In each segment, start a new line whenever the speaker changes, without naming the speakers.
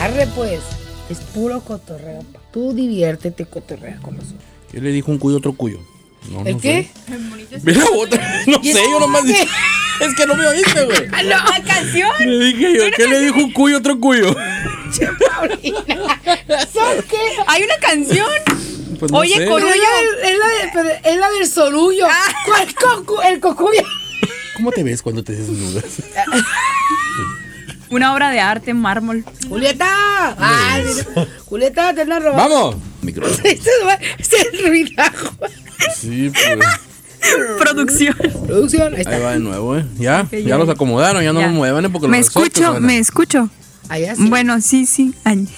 Arre pues, es puro cotorreo. pa. Tú diviértete y cotorrea con nosotros.
Yo le dijo un cuyo otro cuyo. No,
¿El
no
qué?
sé. Mira otra. No
¿Y
sé,
eso
yo nomás
qué?
dije. Es que no me oíste, güey.
La canción.
Le dije yo, ¿qué le dijo un cuyo otro cuyo?
Che, Paulina. ¿Sabes qué?
Hay una canción.
Pues no
Oye,
sé.
con-
Pero es la, del- es la de- pero es la del sorullo. ¿Cuál cocu- el cocuyo?
¿Cómo te ves cuando te desnudas?
Una obra de arte en mármol.
Julieta. Ay, mira. Julieta, te la robado.
¡Vamos! Micrófono.
Este es el ruidajo.
Sí, pues.
Producción.
Producción, ahí
Ahí
está.
va de nuevo, ¿eh? Ya, ya los acomodaron, ya no
Ya.
me muevan ¿eh? porque
me
los resortes
escucho,
suenan.
me escucho.
Allá sí.
Bueno, sí, sí. ay.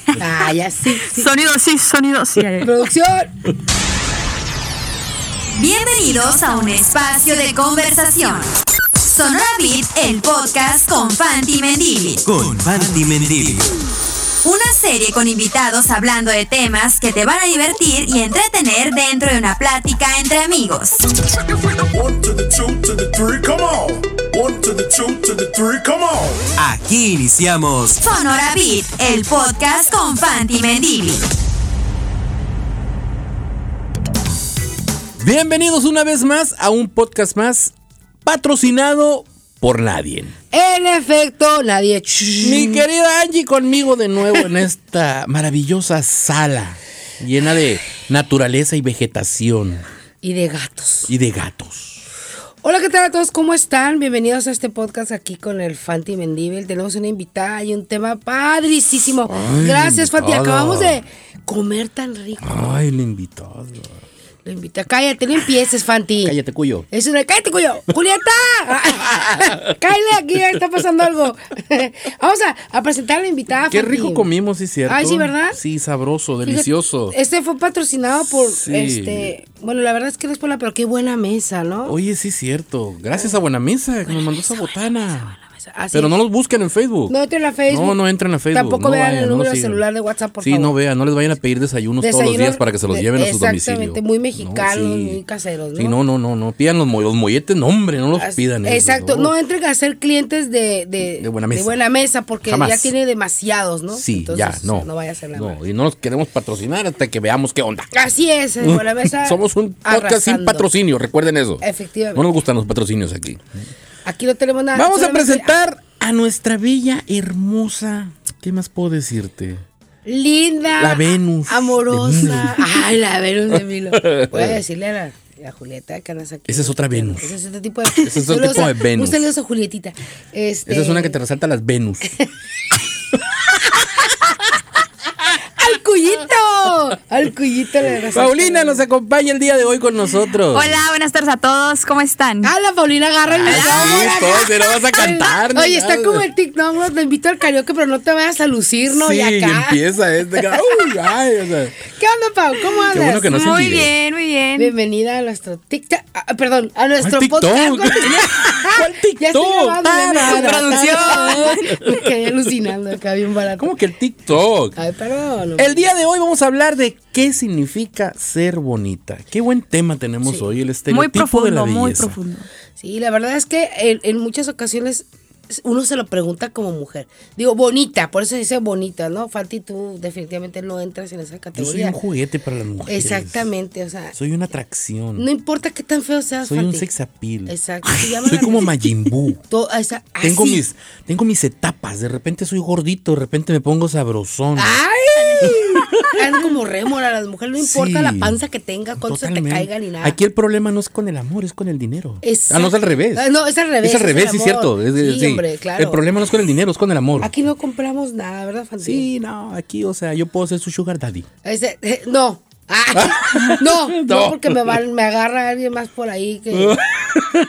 Allá sí. sí.
Sonido sí, sonido sí.
Producción.
Bienvenidos a un espacio de conversación. Sonora Beat, el podcast con Fanti Mendili.
Con Fanti Mendili.
Una serie con invitados hablando de temas que te van a divertir y entretener dentro de una plática entre amigos.
One to the two to the three, come on. One to the two to the three, come on.
Aquí iniciamos
Sonora Beat, el podcast con Fanti Mendili.
Bienvenidos una vez más a un podcast más patrocinado por nadie.
En efecto, nadie. Shh.
Mi querida Angie conmigo de nuevo en esta maravillosa sala llena de naturaleza y vegetación
Y de gatos.
y de gatos.
Hola, ¿qué tal a todos? ¿Cómo están? Bienvenidos a este podcast aquí con el Fanti Mendíbel. Tenemos una invitada y un tema padricísimo. Gracias, Fanti.
invitada.
Acabamos de comer tan rico.
Ay, el invitado.
Lo invita. Cállate, no empieces, Fanti.
Cállate, cuyo.
Es una. ¡Cállate, cuyo! ¡Julieta! ¡Cállate aquí! Está pasando algo. Vamos a, a presentar a la invitada.
Qué
Fanti.
rico comimos, sí, cierto.
Ay, sí, ¿verdad?
Sí, sabroso,
Fíjate,
delicioso.
Este fue patrocinado por
Sí.
este. Bueno, la verdad es que no es por la, pero qué buena mesa, ¿no?
Oye, sí, cierto. Gracias a Buena Mesa que nos mandó esa botana.
Así
Pero no los busquen en Facebook.
No entren a Facebook.
No, no entren a Facebook.
Tampoco
No
vean
vayan,
el
no
número
lo sigan.
celular de WhatsApp, por
sí,
favor.
no vean, no les vayan a pedir desayunos todos los
Desayunos
días para que se los
de-
lleven a sus domicilios.
exactamente, muy mexicanos, muy caseros,
Sí,
¿no?
no, no, no, no. Pidan los, mo- los molletes, no, hombre, no los
Así-
pidan. esos,
Exacto, no. entren a ser clientes de, de,
De Buena Mesa.
Mesa, porque
Jamás.
ya tiene demasiados, ¿no?
Sí,
Entonces,
ya, no.
No vaya a ser la
No,
mala.
y no los queremos patrocinar hasta que veamos qué onda.
Así es, en Buena Mesa.
Mm. Somos un podcast sin
arrasando.
patrocinio, recuerden eso.
Efectivamente.
No nos gustan los patrocinios aquí.
Aquí no tenemos nada.
Vamos a
solamente-
presentar a nuestra bella, hermosa. ¿Qué más puedo decirte?
Linda.
La Venus de Milo.
Amorosa. Ay, la Venus de Milo. Voy a decirle a la. a Julieta que andas aquí.
Esa es otra Venus.
Ese es otro tipo de,
Ese es otro
Saludos
tipo
a-
de Venus.
Un saludo a Julietita. Este,
Esa es una que te resalta las Venus.
¡Al cuyito! ¡Al cuyito le resalta.
Paulina nos acompaña el día de hoy con nosotros.
Hola, buenas tardes a todos. ¿cómo están?
¡Ah, la Paulina agarra el
Así
micrófono!
estoy, no vas a cantar. ni
Oye, está
nada.
como el TikTok, no, te invito al karaoke, pero no te vayas a lucir, ¿no?
Sí,
y acá.
empieza este. que- Uy, ay, o sea,
¿Qué onda, Pau? ¿Cómo andas?
Qué bueno que no se
muy
envidie.
bien, muy bien.
Bienvenida a nuestro TikTok. ah, perdón, a nuestro
TikTok?
podcast.
¿Cuál
Ya estoy
TikTok? Ah,
grabando, ya me-
Para,
producción.
Me quedé alucinando acá, bien barato.
¿Cómo que el TikTok?
Ay, perdón. hombre.
El día de hoy vamos a hablar de qué significa ser bonita. Qué buen tema tenemos hoy, el estereotipo
Muy
de la
profundo,
belleza.
muy profundo.
Sí, la verdad es que en, en muchas ocasiones uno se lo pregunta como mujer. Digo, bonita, por eso se dice bonita, ¿no? Fati, tú definitivamente no entras en esa
Yo soy
categoría.
un juguete para las mujeres.
Exactamente, o sea,
Soy una atracción.
no importa qué tan feo seas,
soy un
Fati.
sex appeal.
Exacto. se llama
Soy
la- Ah,
como Majin Buu.
to- esa-
Tengo
así.
mis, tengo mis etapas. De repente soy gordito, de repente me pongo sabrosón.
Ah, ¡Ay! Eran como rémora las mujeres, no importa
Sí.
la panza que tenga, cuánto se
Totalmente.
te caiga ni nada.
Aquí el problema no es con el amor, es con el dinero.
Exacto.
Ah, no es al revés.
Ah, no, es al revés,
Es al
es
revés,
el
sí,
amor.
cierto. Es- es-
Sí,
sí.
hombre, claro.
El problema no es con el dinero, es con el amor.
Aquí no compramos nada, ¿verdad, Fanti?
Sí, no, aquí, o sea, yo puedo ser su sugar daddy.
Ese- eh, no. Ah, no, no,
No.
porque me, van, me agarra alguien más por ahí que,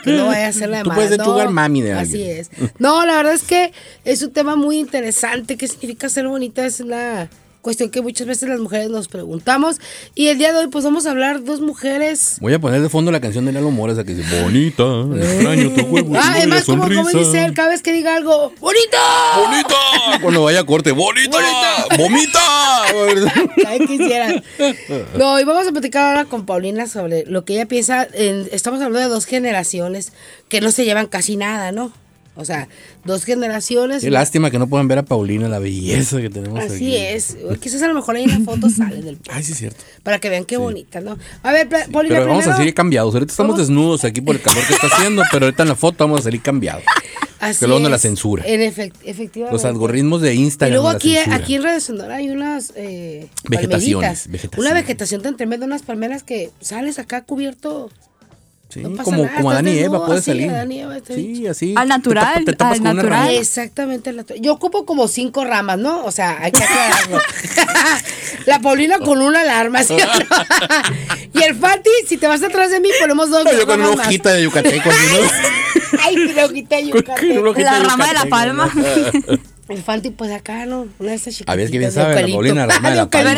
que no vaya a ser la de
Tú
mala.
puedes ser
No,
sugar mami de
Así
alguien.
es. No, la verdad es que es un tema muy interesante. ¿Qué significa ser bonita? Es una cuestión que muchas veces las mujeres nos preguntamos. Y el día de hoy, pues vamos a hablar dos mujeres.
Voy a poner de fondo la canción de Lalo Mora, esa que dice, bonita, extraño tu huevo.
Ah, además, como, como dice él, cada vez que diga algo, ¡bonito!
¡Bonita! Cuando vaya a corte, ¡bonita! ¡Vomita!
Ay, quisieran. No, y vamos a platicar ahora con Paulina sobre lo que ella piensa. en- estamos hablando de dos generaciones que no se llevan casi nada, ¿no? O sea, dos generaciones.
Qué lástima que no puedan ver a Paulina, la belleza que tenemos
Así
aquí.
es. Quizás a lo mejor ahí en la foto sale del
Ay, sí, es cierto.
para que vean qué bonita, ¿no? A ver, pla- Paulina,
Pero vamos a
primero-
salir cambiados. Ahorita estamos
Vamos.
desnudos aquí por el calor que está haciendo, pero ahorita en la foto vamos a salir cambiados.
Así
que luego nos la
es.
censura.
En efect- efectivamente.
Los algoritmos de
Y
Instagram.
luego
nos la
aquí,
censuran.
aquí en Radio Sonora hay unas eh,
Vegetaciones,
palmeritas.
vegetaciones.
Una vegetación tan tremenda, unas palmeras que sales acá cubierto.
Sí,
no pasa
como,
nada,
como
estás
Adán y
desnudo
Eva puede
así,
salir.
Adán y Eva, está
sí, así.
Al natural,
Te, tapas
al
con una
natural.
rama.
Exactamente. la- Yo ocupo como cinco ramas, ¿no? O sea, hay que aclararlo. la Paulina con una alarma, ¿sí o no? y el Fati, si te vas atrás de mí, ponemos dos
Yo con una
ramas más.
hojita de yucateco. así,
Ay, la hojita de
¿no? Con
yucateco.
una hojita
La rama de la
yucateco,
palma.
¿no?
El Fanti, pues acá, ¿no? Una de Ah, estas chiquitas.
A ver, Ah, que bien sabe la Paulina, la rama de la palma.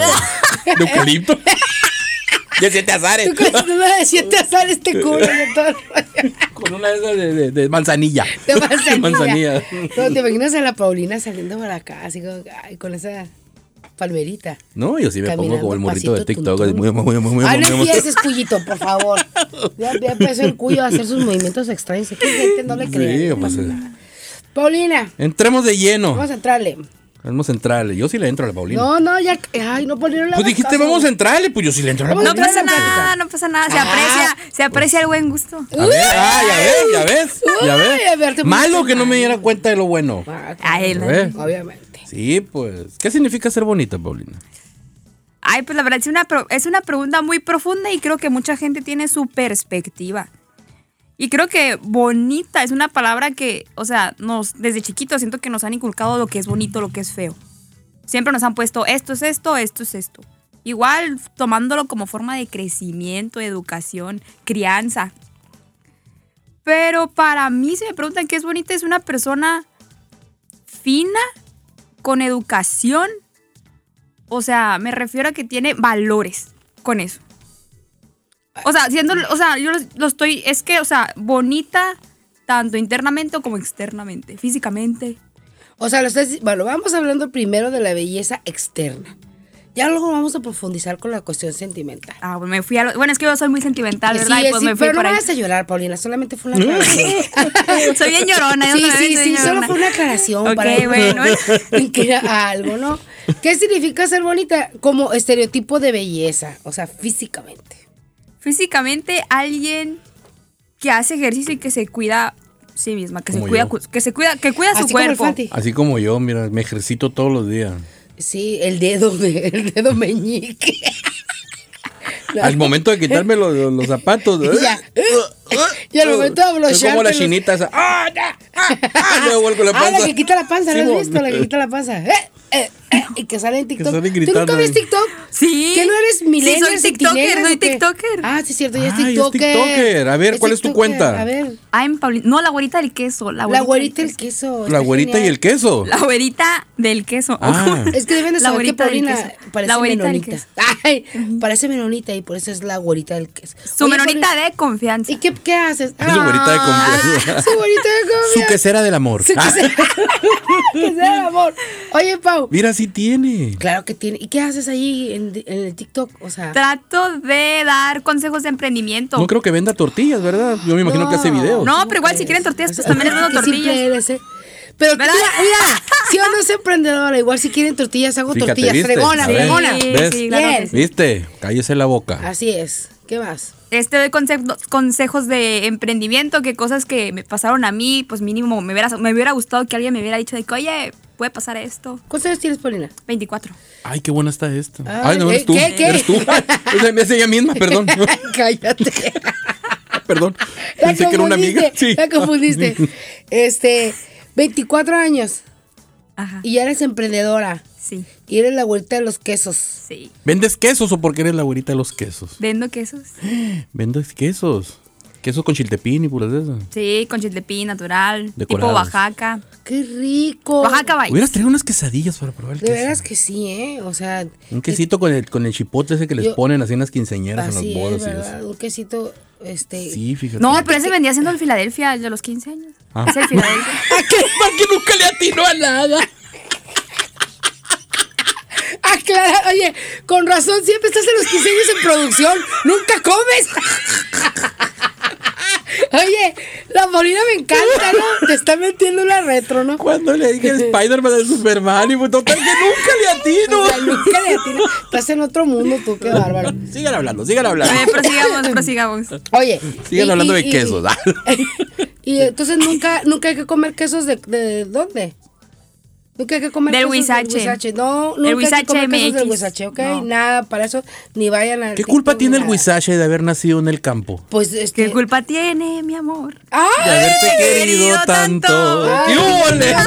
De eucalipto. De siete azares.
Tú crees que me decía te asar este culo de todo el rollo.
Con una de esas de, de- de manzanilla.
De manzanilla.
manzanilla.
No, te imaginas a la Paulina saliendo por acá, así como, ay, con esa palmerita.
No, yo sí me
Caminando
pongo como el morrito de
pasito,
TikTok.
tum,
así, muy, muy, muy, muy, muy,
Ay,
muy,
Ah, no
muy.
empieces, cuyito, por favor. Ya, ya empezó el cuyo a hacer sus movimientos extraños. Aquí gente no le cree.
Sí, pues,
Paulina,
Entremos de lleno.
vamos a entrarle.
Vamos a entrarle. Yo sí le entro a la Paulina.
No, no, ya. Ay, no Paulina, la
pues dijiste, vamos a entrarle. Pues yo sí le entro a la
Vamos
No
Paulina.
pasa nada, no pasa nada. Se aprecia, se aprecia el buen gusto.
A ver, ah, ya ves, ya ves, ya
Uy, a ver,
ves.
te
Malo
pusiste
que no me
mal.
diera cuenta de lo bueno.
A él.
A ver.
Ah, Obviamente.
Sí, pues. ¿Qué significa ser bonita, Paulina?
Ay, pues la verdad es una, pro- es una pregunta muy profunda y creo que mucha gente tiene su perspectiva. Y creo que bonita es una palabra que, o sea, nos desde chiquitos siento que nos han inculcado lo que es bonito, lo que es feo. Siempre nos han puesto esto es esto, esto es esto. Igual tomándolo como forma de crecimiento, educación, crianza. Pero para mí, si me preguntan qué es bonita, es una persona fina, con educación, o sea, me refiero a que tiene valores con eso. O sea, siendo, o sea, yo lo, lo estoy, es que, o sea, bonita tanto internamente como externamente, físicamente.
O sea, lo estás, bueno, vamos hablando primero de la belleza externa. Ya luego vamos a profundizar con la cuestión sentimental.
Ah, bueno, me fui a lo- bueno, es que yo soy muy sentimental, ¿verdad?
Sí,
y pues
sí,
me fui
pero no
por ahí.
vas a llorar, Paulina, solamente fue una aclaración.
soy bien llorona, yo
sí,
también
sí,
soy
sí,
llorona.
solo fue una aclaración
Ok,
para
bueno.
que era algo, ¿no? ¿Qué significa ser bonita? Como estereotipo de belleza, o sea, físicamente.
Físicamente, alguien que hace ejercicio y que se cuida sí misma, que se
Como
cuida,
yo.
cu- que se cuida, que cuida su
Así como el
cuerpo.
Fati.
Así como yo, mira, me ejercito todos los días.
Sí, el dedo, me- el dedo meñique. No.
Al momento de quitarme los, los- los zapatos. ¿eh?
Ya. Y al momento de
Soy como la
abrochártelos.
chinita esa. ¡Ah, ya! ¡Ah! ¡Ah! Luego vuelco la
Ah,
panza.
la que quita la panza, ¿la
Sí,
has
mo-
visto? La que quita la panza. Eh, eh, eh, y que sale en TikTok.
sale
¿Tú nunca
gritando
ves
ahí.
TikTok?
Sí.
¿Que no eres
Sí,
millennial?
soy tiktoker,
centinela,
soy
o qué?
tiktoker.
Ah, sí, es cierto, ya es
Ay, es
tiktoker.
tiktoker. A ver, ¿cuál es tu
tiktoker.
cuenta?
A ver.
I'm Ah, Paulina. No, la güerita del queso. La güerita,
La
del
güerita el
queso.
queso.
La
está
güerita y
genial.
el queso.
La güerita del queso.
Ah.
Es que deben de
La
saber que
güerita del
Paulina
queso.
parece
La güerita del
menonita.
queso.
Ay, parece menonita y por eso es la güerita del queso.
Su
Oye,
menonita
Paulina,
de confianza.
¿Y qué, qué haces?
Es la güerita de
Ah,
confianza.
Su güerita de confianza.
Su quesera del amor.
Su
Ah,
quesera. Que sea el amor. Oye, Pau.
mira, sí tiene.
Claro que tiene. ¿Y qué haces ahí en, en el TikTok? O sea,
Trato de dar consejos de emprendimiento.
No creo que venda tortillas, ¿verdad? Yo me imagino que hace videos.
No, pero igual si quieren tortillas, pues también les
Qué
vendo
simple
tortillas.
eres, ¿eh? Pero
¿Verdad?
mira, mira, si uno es emprendedora, igual si quieren tortillas, hago
Fíjate,
tortillas.
¿viste?
Fregona,
A ver.
fregona.
Sí,
¿Ves?
sí, claro
Bien.
que sí.
¿Viste? Cállese la boca.
Así es. ¿Qué más?
Este doy conse- consejos de emprendimiento, que cosas que me pasaron a mí, pues mínimo me hubiera, me hubiera gustado que alguien me hubiera dicho de que, oye, puede pasar esto.
¿Cuántos años tienes, Paulina?
24.
Ay, qué buena está esta.
Ay,
Ay, no,
¿qué,
eres tú.
qué, qué?
Eres tú. O sea, me hace ella misma, perdón.
Cállate.
perdón.
La
Pensé que era una amiga.
confundiste,
Sí.
La confundiste. Este, 24 años
Ajá.
y ya eres emprendedora
Sí,
y eres la vuelta de los quesos.
sí.
¿Vendes quesos o por qué eres la güerita de los quesos?
Vendo quesos.
¿Vendes quesos? Quesos con chiltepín y puras de esas.
Sí, con chiltepín natural, tipo
Decorados.
Oaxaca.
¡Qué rico!
Oaxaca, vaya.
Hubieras traído unas quesadillas para probar el
De
queso.
veras que sí, ¿eh? O sea,
Un quesito con el, con el chipotle ese que les
Yo-
ponen así en las quinceañeras, en
así
las
es,
bodas y
¿verdad?
eso.
Un quesito, este...
Sí, fíjate.
No, pero ese vendía siendo el Filadelfia, el de los 15 años.
Ah.
Es el Filadelfia.
¿A qué? Porque nunca le atinó a nada.
Aclara, oye, con razón, siempre estás en los 15 años en producción, nunca comes. oye, La Paulina me encanta, ¿no? Te está metiendo la retro, ¿no?
Cuando le dije Spider-Man al Superman y pues total que nunca le
Ay,
atino.
nunca le atino. Estás en otro mundo tú, qué bárbaro.
Sigan hablando, sigan hablando.
A ver, prosigamos, prosigamos.
Oye.
Sigan
y-
hablando
y-
de
y-
quesos. ¿ah?
Y entonces nunca, nunca hay que comer quesos de, de dónde? Nunca hay que comer
Del
quesos del
huizache.
huizache. No,
El
nunca hay que
huizache
comer quesos del
MX.
huizache, ¿ok?
No.
Nada, para eso ni vayan a.
¿Qué culpa tiene el Huizache de haber nacido en el campo?
Pues este.
¿Qué culpa tiene, mi amor?
De
¡Ay!
haberte querido tanto.
Ay,
¡Qué hule!
ay,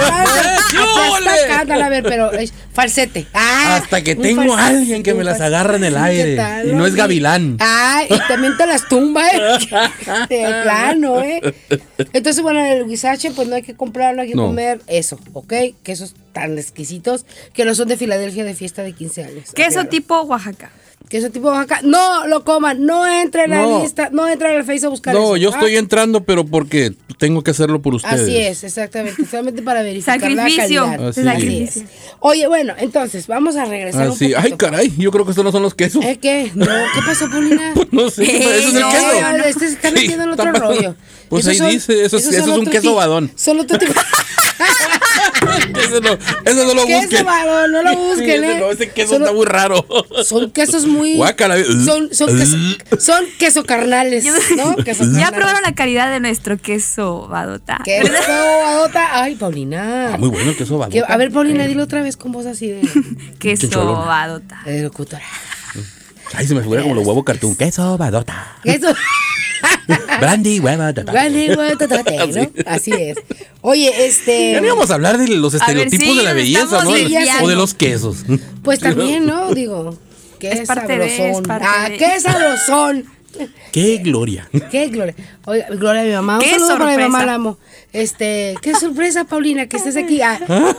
¡Qué
acá
hule!
está, cántala, a ver, pero es falsete. Ah,
Hasta que
un
tengo a
falsete,
alguien que
un
me las
falsete.
agarra en el
¿Qué
aire.
tal,
Y no es
hombre?
gavilán.
Ay, y también te las tumba, ¿eh? De plano, ¿eh? Entonces, bueno, el guisache, pues no hay que comprarlo, hay que
No.
comer eso, ¿ok? Quesos tan exquisitos que no son de Filadelfia de fiesta de 15 años.
Queso
aclaro.
tipo Oaxaca.
Queso tipo Oaxaca. No lo coman, no entren a la
No.
lista, no entren al Facebook a buscar
No,
eso,
yo
¿ah?
estoy entrando, pero porque tengo que hacerlo por ustedes.
Así es, exactamente. Solamente para verificar
Sacrificio,
la calidad.
Así
Así
es.
es. Oye, bueno, entonces, vamos a regresar
Así.
un
Ah, Ay,
poquito.
caray, yo creo que estos no son los quesos.
¿Eh, qué? No, ¿qué pasó, Paulina?
Pues no sé,
Eh,
pero eso es el
no,
queso.
no, no.
Este se está
Sí,
metiendo en otro
está pasando.
rollo.
Pues
Esos
ahí
son-
dice, eso es-
esos
eso
son
es un
otro
queso
ti-
badón.
Son otro tipo.
Ese no, ese no lo
Queso
busquen.
varón, no lo
Sí,
busquen,
ese
¿eh?
no, ese queso
Son-
está muy raro.
Son quesos muy.
Guácala. eh.
Son, son, queso, son queso carnales, ¿no? Queso
Ya
carnales.
probaron la calidad de nuestro queso badota.
Queso badota. Ay, Paulina.
Está muy bueno el queso
Que-
badota.
a ver, Paulina, dilo otra vez con voz así de,
Queso
Chicholona.
badota.
de locutora.
Ay, se me figura como los huevos cartón. Queso badota.
Queso. Ah.
Brandy, hueva, tata.
Vale, bueno, tatate, ¿no? Así es. Oye, este.
Ya no íbamos a hablar de los
ver,
estereotipos
sí,
de la
nos
belleza,
estamos
¿no?
desviando.
O de los quesos.
Pues también, ¿no? Digo, qué
Es parte de, es
sabrosón.
parte
ah,
de.
qué sabrosón.
¡Qué gloria!
Qué gloria. Oiga, gloria a mi mamá. Un
Qué
saludo para mi
sorpresa.
mamá, la amo. Este, qué sorpresa, Paulina, que estés aquí. Ah,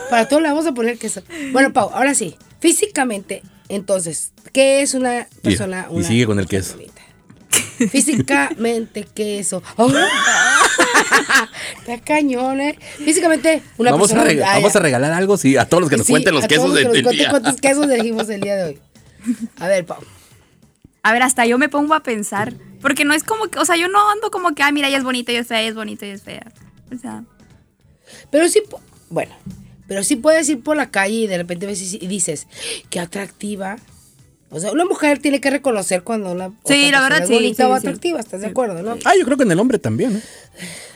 para todo le vamos a poner queso. Bueno, Pau, ahora sí. Físicamente, entonces, ¿qué es una persona?
y
una
sigue con el queso.
bonita? Físicamente, queso. Oh. Está cañón, ¿eh? Físicamente, una
vamos, a
persona.
rega-
Ah, ya.
vamos a regalar algo, sí, a todos los que nos
Sí,
cuenten los
a todos
quesos
que
del
nos
del
cuenten
día.
cuántos quesos elegimos el día de hoy. A ver, Pau.
A ver, hasta yo me pongo a pensar. Porque no es como que, o sea, yo no ando como que, ah, mira, ella es bonita, ella es fea, ella es bonita, ella es fea. O sea,
Pero sí, po- bueno, pero sí puedes ir por la calle y de repente ves y y dices, qué atractiva. O sea, una mujer tiene que reconocer cuando una
Sí,
otra
la verdad,
persona es
sí,
bonita
sí,
o
sí.
atractiva, ¿estás de acuerdo, no?
Ah, yo creo que en el hombre también. ¿eh?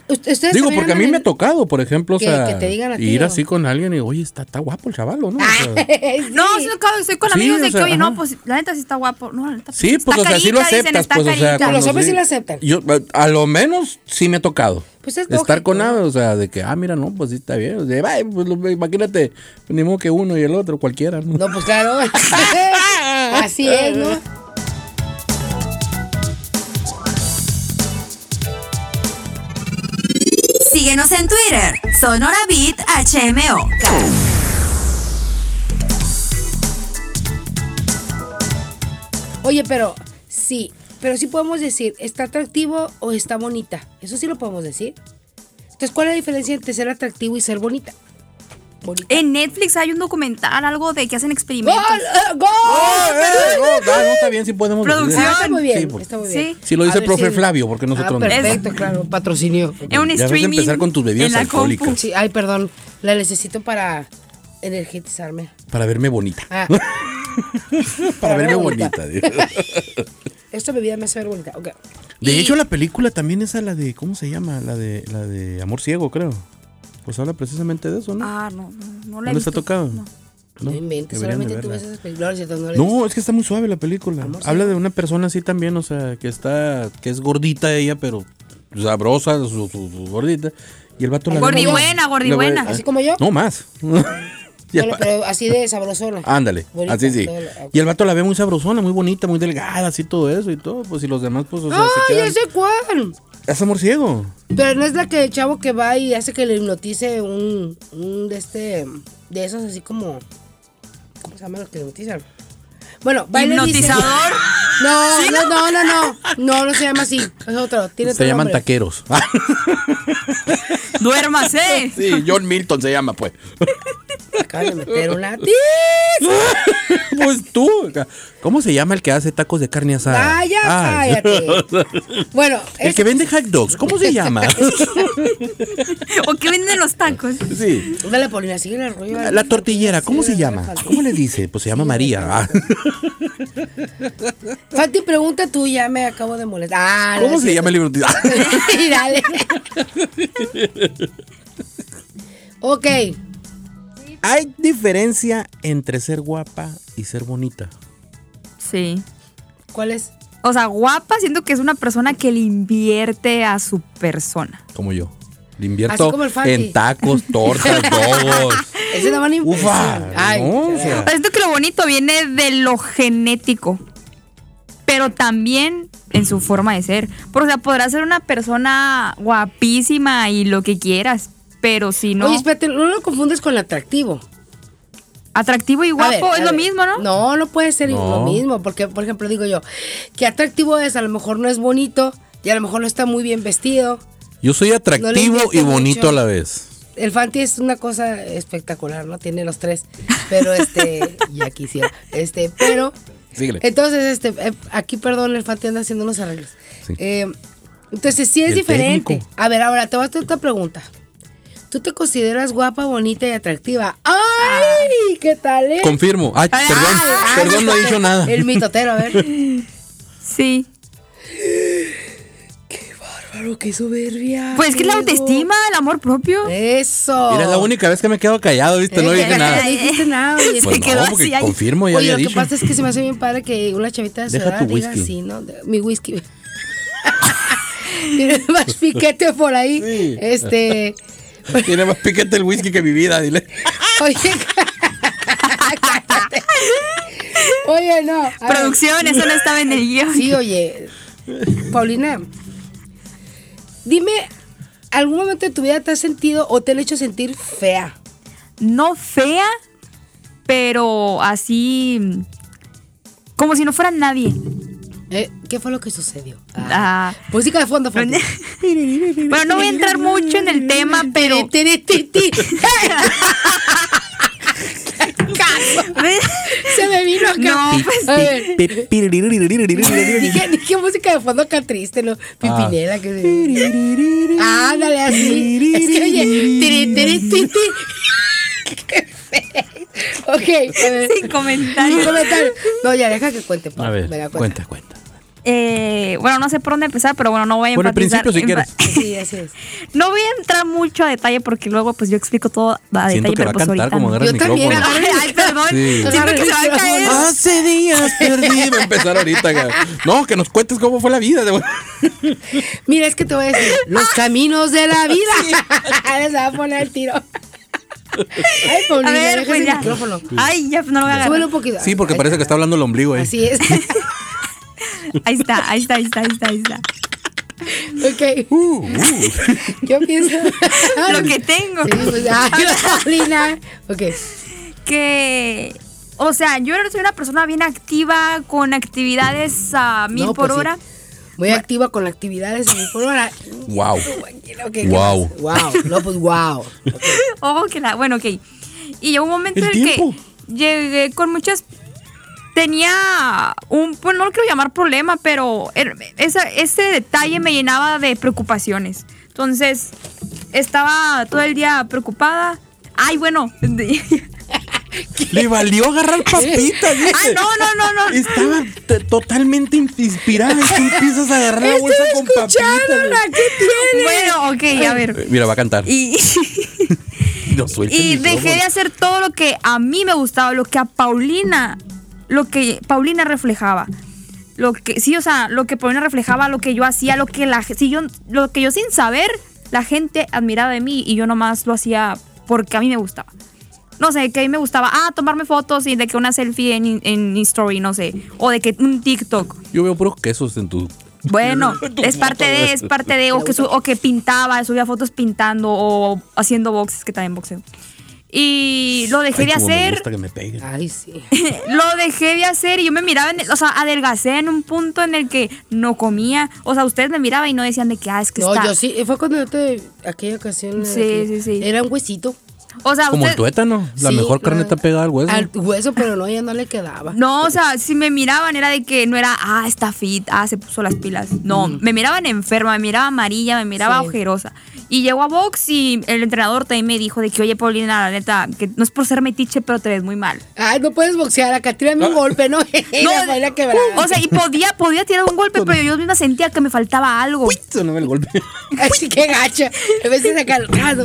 Ust- ustedes
Digo,
también
porque a mí
andan
me ha
en-
tocado, por ejemplo, o
Que-
sea,
que te digan a ti,
ir
o-
así con alguien y, oye, está, está guapo el chaval, ¿o ¿no? O sea,
Sí.
No, sí, claro, estoy con
Sí,
amigos
o
de que,
sea,
oye,
ajá.
no, pues la neta sí está guapo. No, la neta
sí, pues, o
está
sea, sí lo
carita, dicen,
aceptas,
está
pues, o sea.
carita.
Pero los
cuando
hombres sí lo aceptan.
Yo, a a lo menos sí me ha tocado.
Pues es
Estar
lógico,
con
¿no?
nada, o sea, de que, ah, mira, no, pues sí está bien. O sea, ay, pues, lo- imagínate, pues, ni modo que uno y el otro, cualquiera, ¿no?
No, pues claro. Así es, ¿no?
Síguenos en Twitter, Sonora Beat HMO.
Oye, pero sí, pero sí podemos decir, ¿está atractivo o está bonita? Eso sí lo podemos decir. Entonces, ¿cuál es la diferencia entre ser atractivo y ser bonita? Bonita.
En Netflix hay un documental, algo de que hacen
¡Gol!
experimentos.
¡Eh, ¡Gol!
Ah, eh, no, ah, no, está bien, sí podemos. decir.
Producción.
Ah, muy bien,
Sí, porque-
está muy
sí.
bien.
Si lo dice
A
el
ver
profe Flavio, porque nosotros
Ah,
no.
perfecto, claro, patrocinio.
En un
Ya vas a
streaming.
empezar con tus bebidas
en la compu.
alcohólicas.
Sí, ay, perdón, la necesito para energetizarme.
Para verme bonita.
Ah,
Para verme
bonita.
bonita. De
esta bebida me hace ver bonita. Ok.
Y-
hecho, la película también esa, la de, ¿cómo se llama? La de, la de Amor Ciego, creo. Pues habla precisamente de eso, ¿no?
Ah, no, no, no
¿No
la he
les ha
visto.
tocado?
No.
No, inventes,
deberían de
solamente tú ves
verla.
esas películas, ¿cierto? No, las-
No, es que está muy suave la película. Habla de una persona así también, o sea, que está, que es gordita ella, pero sabrosa, su, su- su gordita. Y el vato la ve-
Gordibuena,
la ve-
gordibuena.
¿Así como yo?
eh, No más. Ya
Bueno,
pa-
pero así de sabrosona.
Ándale,
Bonita,
así sí.
todo lo- ok.
Y el vato la ve muy sabrosona, muy bonita, muy delgada, así todo eso y todo. Pues y los demás, pues, o sea,
¡Ah,
se
ya
quedan.
sé cuál!
Es amor ciego.
Pero no es la que el chavo que va y hace que le hipnotice un, un de este, de esos así como, ¿cómo se llama los que hipnotizan? Bueno, va y le dice-
Hipnotizador.
No, no, no, no, no, no, no se llama así, es otro, tiene
Se
otro
llaman
nombre.
taqueros.
Duérmase.
sí, John Milton se llama, pues.
Acaban de meter una ti,
pues tú. ¿Cómo se llama el que hace tacos de carne asada?
Ah, ya,
Ay.
cállate. Bueno,
El
es-
que vende hot dogs, ¿cómo se llama?
¿O qué venden los tacos?
sí.
Dale, Paulina, sigue el rollo.
La tortillera, ¿cómo se llama? ¿Cómo le dice? Pues se llama María. Ah.
Fati, pregunta tuya, me acabo de molestar. Ah, no
¿Cómo
es
se llama el libro? Ah.
Y dale. ok.
Hay diferencia entre ser guapa y ser bonita.
Sí.
¿Cuál es?
O sea, guapa siento que es una persona que le invierte a su persona.
Como yo. Le invierto
Así como el Fati.
en tacos, tortas, dogos.
Ese da una
Ufa.
impresión. Ay,
no, o
qué
sea,
O sea, siento que lo bonito viene de lo genético, pero también en su forma de ser. Por- O sea, podrás ser una persona guapísima y lo que quieras, pero si no...
Oye, espérate, no lo confundes con atractivo.
atractivo y
A
guapo
ver,
es
a
lo
ver.
mismo, ¿no?
No, no puede ser
No.
lo mismo. Porque, por ejemplo, digo yo, que atractivo es, a lo mejor no es bonito y a lo mejor no está muy bien vestido.
yo soy atractivo
invierto
y bonito
mucho.
a la vez.
El Fanti es una cosa espectacular, ¿no? Tiene los tres. Pero este, ya quisiera. Este, pero.
Síguele.
Entonces, este, eh, aquí, perdón, el Fanti anda haciendo unos arreglos.
Sí.
Eh, entonces, sí es
El
diferente.
técnico.
A ver, ahora te voy a hacer otra pregunta. ¿Tú te consideras guapa, bonita y atractiva? ¡Ay! ¿Qué tal, eh?
Confirmo. Ay,
Ay,
perdón,
ay,
perdón, no he dicho nada.
ah, El mitotero, a ver.
Sí.
Claro, qué soberbia.
Pues es que es la
Diego.
autoestima, el amor propio.
Eso.
Mira, es la única vez que me he quedado callado, ¿viste? No
Eh,
dije nada.
No dijiste nada. oye.
Pues
quedó
no, porque
así ahí.
confirmo,
Oye,
ya había
lo que
dicho.
pasa es que se me hace bien padre que una chavita de su
Deja
edad
tu
diga
whisky.
así, ¿no? De- Mi whisky. Tiene más piquete por ahí.
Sí.
Este.
Tiene más piquete el whisky que mi vida, dile.
Oye. cállate. oye, no. a ver.
Producción, eso no estaba en el guión.
Sí, oye. Paulina, dime, ¿algún momento de tu vida te has sentido o te han hecho sentir fea?
No fea, pero así. mm, Como si no fuera nadie.
Eh, ¿Qué fue lo que sucedió?
Ah.
Música de fondo, Fanti.
Bueno, no voy a entrar mucho en el tema, pero.
Tiri, tiri, tiri. Se me vino acá.
No, pues-
A ver, Dije, dije música de fondo acá triste, ¿no? Pipinela. Que se... Ándale, así. Es que, oye, tiri, tiri, tiri, tiri. Qué feo. Ok, a ver.
Sin
Un
comentarios.
comentario. No, ya deja que cuente. pues. pa.
A ver,
Venga,
cuenta, cuenta.
Eh, bueno, no sé por dónde empezar, pero bueno, no voy a
Por el
enfatizar-
principio, si
enfa-
quieres.
Sí, así es.
No voy a entrar mucho a detalle porque luego pues yo explico todo a detalle,
Siento que
pero
va a
pues
cantar
ahorita
como
no.
agarra el
Yo también
micrófono.
agarré-
Ay, perdón.
Sí.
Siento que se va a caer.
Ah,
Hace días perdí. Va a empezar ahorita. cabrón. No, que nos cuentes cómo fue la vida. de-
Mira, es que te voy a decir, los caminos de la vida. Se va a poner el tiro. Ay, Paulina,
A ver,
deja
pues
ese
ya.
micrófono.
Ay, ya no lo voy a agarrar.
Súbelo un poquito.
Sí, porque
Ahí
parece que está hablando el ombligo, eh.
Así es.
Ahí está, ahí está, ahí está, ahí está, ahí está.
ok.
Uh, uh.
Yo pienso.
Lo que tengo.
Sí, pues, ay, Paulina. Ok.
Que. O sea, yo soy una persona bien activa, con actividades a mil
No,
por
pues sí.
hora.
Muy activa con actividades en mi por hora.
Wow.
Ok, ¿qué
Wow.
más? Wow. No, pues wow.
Ojo que la. Bueno, ok. Y llegó un momento
El
en el que
tiempo.
llegué con muchas. Tenía un. Pues no lo quiero llamar problema, pero er- esa- ese detalle me llenaba de preocupaciones. Entonces, estaba todo el día preocupada. Ay, bueno.
Le valió agarrar papitas, dice.
Ay, Ah, no, no, no, no.
Estaba t- totalmente in- inspirada y tú empiezas a agarrar la bolsa con papitas.
Chándola, ¿qué tiene?
Bueno, ok, a ver.
Eh, Mira, va a cantar.
Y,
No, suelta el
y dejé de
micrófono.
hacer todo lo que a mí me gustaba, lo que a Paulina, lo que Paulina reflejaba. Lo que, sí, o sea, lo que Paulina reflejaba, lo que yo hacía, lo que la si yo, lo que yo sin saber, la gente admiraba de mí y yo nomás lo hacía porque a mí me gustaba. No sé, que a mí me gustaba, ah, tomarme fotos y de que una selfie en, in- en story, no sé, o de que un TikTok.
Yo veo puros quesos en tu.
Bueno,
Tu
es parte
foto,
de,
güey.
es parte de, o que, su- o que pintaba, subía fotos pintando o haciendo boxes, que también boxeo. Y lo dejé
Ay,
de
cómo me
hacer, Ah,
gusta que me peguen.
Ay, sí.
lo dejé de hacer y yo me miraba, en el- o sea, adelgacé en un punto en el que no comía. O sea, ustedes me miraban y no decían de que, ah, es que
No,
está.
yo sí. Fue cuando yo te. Aquella ocasión.
Sí,
eh,
sí, sí.
Era un huesito.
O sea,
Como el
usted-
tuétano. La
Sí,
mejor carne
claro.
está pegada al hueso.
Al hueso, pero no, ya no le quedaba.
No, o sea, si me miraban era de que no era, ah, está fit, ah, se puso las pilas. No, me miraban enferma, me miraba amarilla, me miraba
Sí.
ojerosa. Y llegó a box y el entrenador también me dijo de que, oye, Paulina, la neta, que no es por ser metiche, pero te ves muy mal.
Ay, no puedes boxear acá, tírame un golpe, ¿no?
No, uh,
Era para ir a quebrar.
o sea, y podía, podía tirar un golpe, pero yo misma sentía que me faltaba algo.
Sonaba el golpe.
Así que gacha. En vez de sacar ah, no.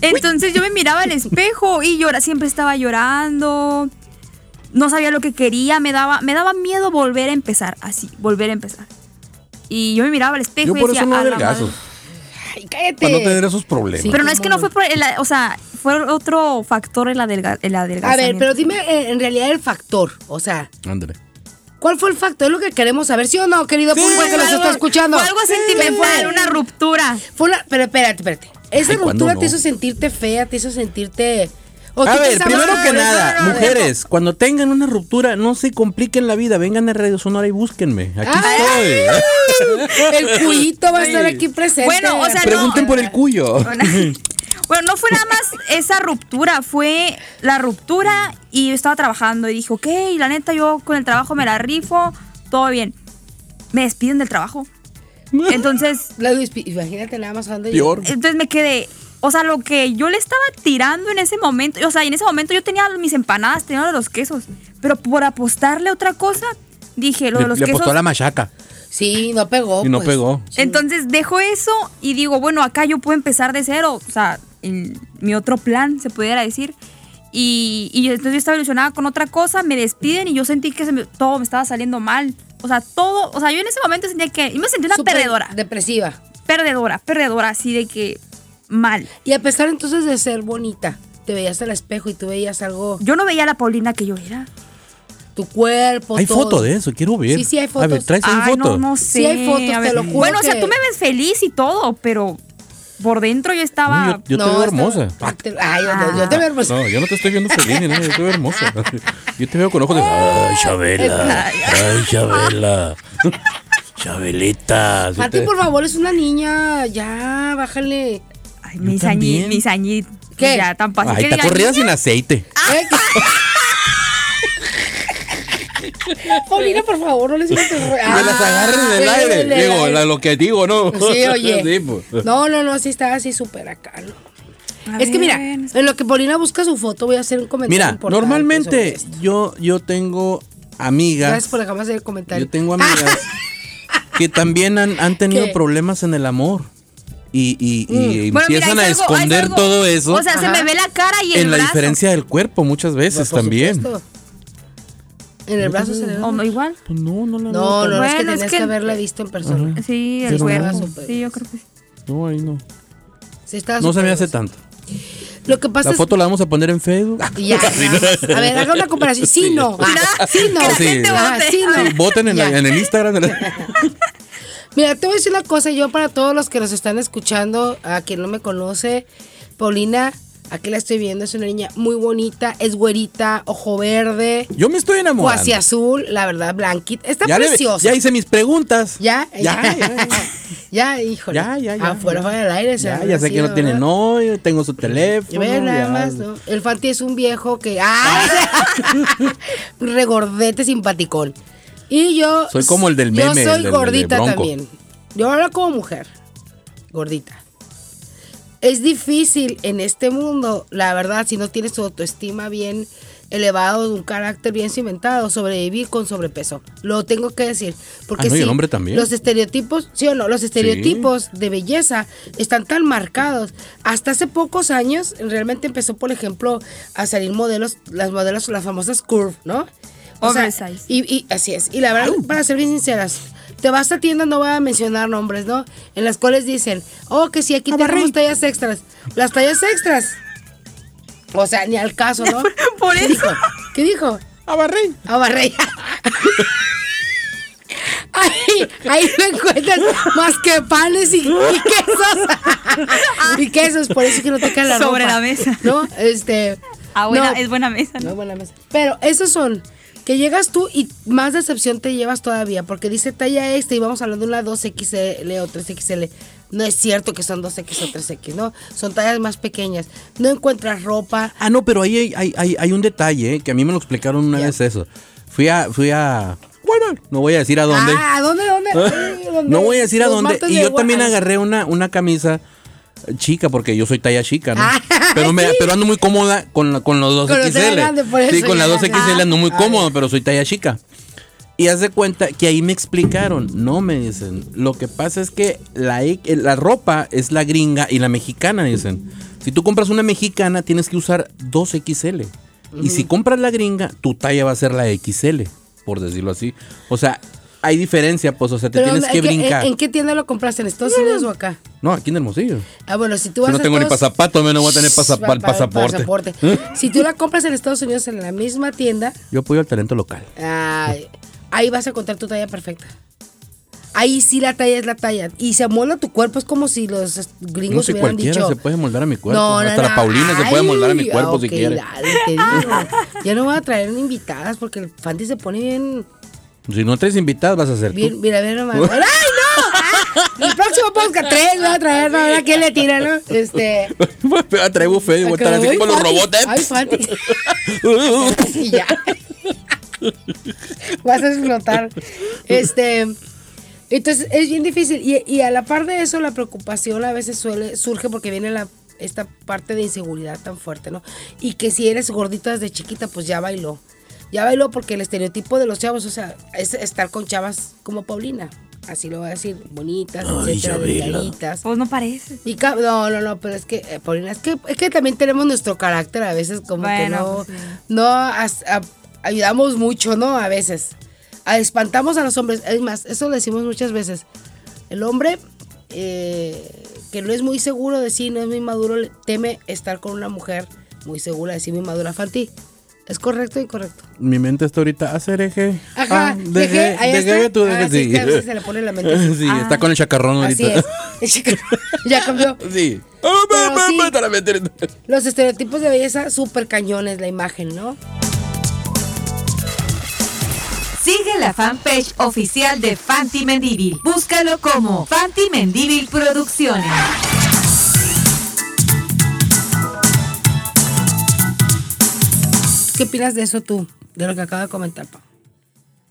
Entonces yo me miraba al espejo y llora, siempre estaba llorando. No sabía lo que quería, me daba, me daba miedo volver a empezar así, volver a empezar. Y yo me miraba al espejo
Yo
y
por
decía,
eso no
"A la
adelgazo.
madre".
Ay, cállate.
Para no tener esos problemas.
Sí.
Pero no es que no fue por el, o sea, fue otro factor el, adelga, el
A ver,
adelgazamiento.
pero dime eh, en realidad el factor. O sea,
Ándale.
¿cuál fue el factor? Es lo que queremos saber, ¿sí o no, querido público que
Fue
nos
algo-
está escuchando?
Fue algo
¿Qué
sentimental,
fue?
una ruptura.
Fue una- Pero espérate, espérate. Esa
Ay, ¿cuándo
ruptura
no?
te hizo sentirte fea, te hizo sentirte. o
A
tú
ver,
pensabas-
primero
No,
que
no, no,
nada,
no, no,
mujeres, cuando tengan una ruptura, no se compliquen la vida. Vengan a Radio Sonora y búsquenme. Aquí
Ah, Ay.
estoy.
El cuyito va a
Sí.
estar aquí presente.
Bueno, o sea,
Pregunten
no.
por el cuyo.
Bueno, no fue nada más esa ruptura, fue la ruptura y yo estaba trabajando y dije, ok, la neta yo con el trabajo me la rifo, todo bien. Me despiden del trabajo. Entonces,
La despi- Imagínate nada más ando yo.
Peor.
entonces me quedé, o sea, lo que yo le estaba tirando en ese momento, o sea, en ese momento yo tenía mis empanadas, tenía lo de los quesos, pero por apostarle a otra cosa, dije, lo de
Le,
los
le
quesos...
apostó a la machaca
Sí, no pegó.
y no
pues.
pegó.
Entonces dejo eso y digo, bueno, acá yo puedo empezar de cero, o sea, en mi otro plan, se pudiera decir. Y, y yo- entonces yo estaba ilusionada con otra cosa, me despiden y yo sentí que se me- todo me estaba saliendo mal. O sea, todo, o sea, yo en ese momento sentía que, yo me sentí una
Súper
perdedora,
Depresiva.
perdedora, perdedora, así de que mal.
Y a pesar entonces de ser bonita, te veías al espejo y tú veías algo,
Yo no veía a la Paulina que yo era.
tu cuerpo.
Hay
todo.
foto de eso, quiero ver.
Sí, sí, hay
A ver,
fotos.
traes ahí
Ay,
foto.
no, no sé.
Sí hay fotos,
a
te
ver.
lo juro
Bueno, o sea,
que-
tú me ves feliz y todo, pero por dentro yo estaba...
No, Yo te veo
esta-
hermosa. Ah.
te- Ay, yo, yo te veo hermosa.
No, yo no te estoy viendo feliz ni nada, yo te veo hermosa. Yo te veo con ojos de. Ay, Chabela. Ay, Chabela. Chabelita. así
Martín,
te-
por favor, es una niña. Ya, bájale.
Ay,
Yo
mis
también.
añitos, mis añitos.
¿Qué?
Ya, tan fácil
Ay,
que
está
digan,
corrida
"Niña,
sin aceite.
Ah.
¿Eh? Paulina, por favor, no le sigas tu-
Que las agarren del
Ah,
aire.
del
Digo,
aire.
la- lo que digo, ¿no?
Sí, oye.
Sí, pues.
No, no, no, sí estaba así súper acá. ¿no?
A
Es que mira,
ver,
en lo que Paulina busca su foto, voy a hacer un comentario.
Mira,
importante sobre
normalmente
esto.
yo, yo tengo amigas.
Gracias por dejarme hacer el comentario. Ah.
Yo tengo amigas que también han, han tenido
¿Qué? Mm.
problemas en el amor. Y, y- y
Bueno, mira,
empiezan a
ahí salgo- ahí
esconder
salgo.
todo eso.
O sea, se me ve la cara y el
en la
brazo.
diferencia del cuerpo muchas veces
Por
también.
supuesto. En el brazo se le ve.
O no, igual.
Pues no, no la
No, no,
noto.
no, es que
Oh, Bueno, es
tenías
que-
que haberla visto en persona.
Sí,
Sí,
el
no,
cuerpo.
no.
Sí, yo creo que sí.
No, ahí no.
Sí, estaba
No se me
súper
hace
gruesa.
tanto.
Lo que pasa
La
Pues es Ah,
foto la vamos a poner en Facebook.
Y ya, nada más. A ver, haga una comparación. Sí, no. Ah, sí, no.
Que la
Sí.
gente
Ah,
vote.
sí, no.
Sí, voten en, la-
Ya.
en el Instagram.
Mira, te voy a decir una cosa. Yo, para todos los que nos están escuchando, a quien no me conoce, Paulina, aquí la estoy viendo. Es una niña muy bonita. Es güerita, ojo verde,
Yo me estoy enamorando.
cuasi azul, la verdad, blanquita. Está
le-
preciosa.
ya hice mis preguntas.
Ya, ya,
Ya,
ya,
ya.
híjole.
Ya, ya, ya.
Afuera, fuera del aire. se
Ya,
habrá
ya sé que
sido,
no tiene
¿verdad?
novio, tengo su
Y
teléfono.
ve nada
ya.
más, ¿no? El Fanti es un viejo que. ¡Ay! Regordete simpaticón. Y yo.
Soy como el del meme,
Yo soy
el del-
gordita
el de Bronco.
también. Yo ahora como mujer. Gordita. Es difícil en este mundo, la verdad, si no tienes tu autoestima bien elevado, un carácter bien cimentado, sobrevivir con sobrepeso. Lo tengo que decir. Porque
Ah, no, y
sí,
el hombre también.
Los estereotipos, sí o no, los estereotipos de belleza están tan marcados. Hasta hace pocos años realmente empezó, por ejemplo, a salir modelos, las modelos, las famosas curve, ¿no?
Oversize.
y, y así es. Y la verdad, para ser bien sinceras, te vas a tiendas, no voy a mencionar nombres, ¿no? En las cuales dicen, oh, que sí, aquí tenemos tallas extras. Las tallas extras. O sea, ni al caso, ¿no?
Por
¿Qué
eso.
dijo? ¿Qué dijo?
Abarré.
Abarrey. Ahí, ahí lo encuentras más que panes y, y quesos. y quesos, por eso que no te cae la
Sobre
ropa.
la mesa.
No, este.
Ah, buena,
no,
es buena mesa.
no,
¿no?
buena mesa. Pero esos son que llegas tú y más decepción te llevas todavía, porque dice talla extra y vamos hablando de una 2XL o 3XL. No es cierto que son 2X o 3X, ¿no? Son tallas más pequeñas. No encuentras ropa.
Ah, no, pero ahí hay, hay, hay- hay un detalle, ¿eh? que a mí me lo explicaron una
Ya.
vez eso. Fui a, fui a. Bueno, no voy a decir a dónde.
Ah, ¿dónde, dónde? Ay, ¿dónde?
no voy a decir a
Los
dónde.
martes
Y
de
yo también
Guadalajara.
agarré una, una camisa chica, porque yo soy talla chica, ¿no?
Ah,
pero, me,
sí.
pero ando muy cómoda con, la- con los dos
Con los de
XL.
grande, por
sí,
eso
con
ya
las dos XL
grande.
ando muy
Ah,
cómodo, pero soy talla chica. Y haz de cuenta que ahí me explicaron, no me dicen, lo que pasa es que la, e- la ropa es la gringa y la mexicana, dicen. Si tú compras una mexicana, tienes que usar 2XL. Y si compras la gringa, tu talla va a ser la XL, por decirlo así. O sea, hay diferencia, pues, o sea, te
Pero,
tienes
¿en
que
qué-
brincar.
¿En, en qué tienda lo compraste? ¿En Estados Unidos o acá?
No, aquí en Hermosillo.
Ah, bueno, si tú
Yo
vas
no
a
tengo ni
Estados-
pasapato, menos voy a tener pasapa-
Pa- pa-
pasaporte. ¿Eh?
Si tú la compras en Estados Unidos en la misma tienda,
Yo apoyo al talento local.
ay, ahí vas a contar tu talla perfecta. Ahí sí la talla es la talla. Y se amolda tu cuerpo, es como si los gringos
No sé,
hubieran
cualquiera
dicho.
se puede moldar a mi cuerpo.
No, no,
Hasta la
no.
Paulina se puede
Ay,
moldar a mi cuerpo si
ok,
quiere.
dale, te digo. Ya no voy a traer ni invitadas porque el Fanti se pone bien.
Si no traes invitadas, vas a ser
bien
tú.
mira, mira nomás. ¡Ay, no! Ah, El próximo podcast tres voy a traer, ¿no? A ver a quién le tira, ¿no? Este.
Me va a traer buffet y voy a estar así
Ay,
como los
Fanti,
robots. ¿eh?
Ay, Fanti. y ya. Vas a explotar. Este. Entonces es bien difícil. Y, y a la par de eso, la preocupación a veces suele, surge porque viene la, esta parte de inseguridad tan fuerte, ¿no? Y que si eres gordita desde chiquita, pues ya bailó. Ya bailó porque el estereotipo de los chavos, o sea, es estar con chavas como Paulina. Así lo voy a decir, bonitas, etcétera, delgaditas.
Pues no parece.
Y ca- no, no, no, pero es que, eh, Paulina, es que, es que también tenemos nuestro carácter a veces, como que
Bueno,
no,
pues sí.
no as- a- ayudamos mucho, ¿no? A veces. A- espantamos a los hombres. Es más, eso lo decimos muchas veces. El hombre eh, que no es muy seguro de sí, no es muy maduro, le- teme estar con una mujer muy segura de sí, muy madura. Fanti, ¿es correcto o incorrecto?
Mi mente está ahorita, hacer eje.
Ajá,
ah,
dejé, ahí
dejé,
está.
tú dejé,
Ah, sí,
sí.
claro, sí, se le pone la mente así.
Sí, está con el chacarrón
Así
ahorita.
es. ya cambió.
Sí. Ah,
Pero
me- me-
sí.
me está la mente ahorita.
Los estereotipos de belleza súper cañones, la imagen, ¿no?
Sigue la fanpage oficial de Fanti Mendívil. Búscalo como Fanti Mendívil Producciones.
¿Qué opinas de eso tú? De lo que acaba de comentar, Pa.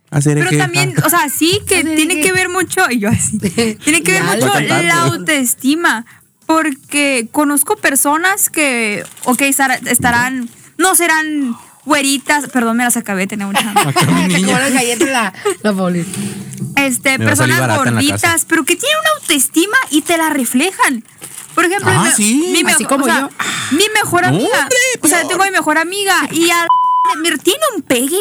Hacer
Pero
eje,
también,
ah.
o sea, sí que
Así
tiene
que-
que ver mucho, y yo así, tiene que
Ya,
ver mucho
ya. Voy a
la
cantar.
autoestima, porque conozco personas que, ok, estar- estarán, no serán güeritas, perdón, me las acabé, tenía mucha hambre.
Se acabó la galleta la, la Paulina.
este,
Me va a salir
personas
barata en la
gorditas,
casa.
pero que tienen una autoestima y te la reflejan. Por ejemplo,
Ah,
mi,
sí,
mi
así
mejo-
como
o sea,
yo.
mi mejor
No,
amiga.
hombre,
o sea,
peor.
tengo a mi mejor amiga y a la- tiene un pegue.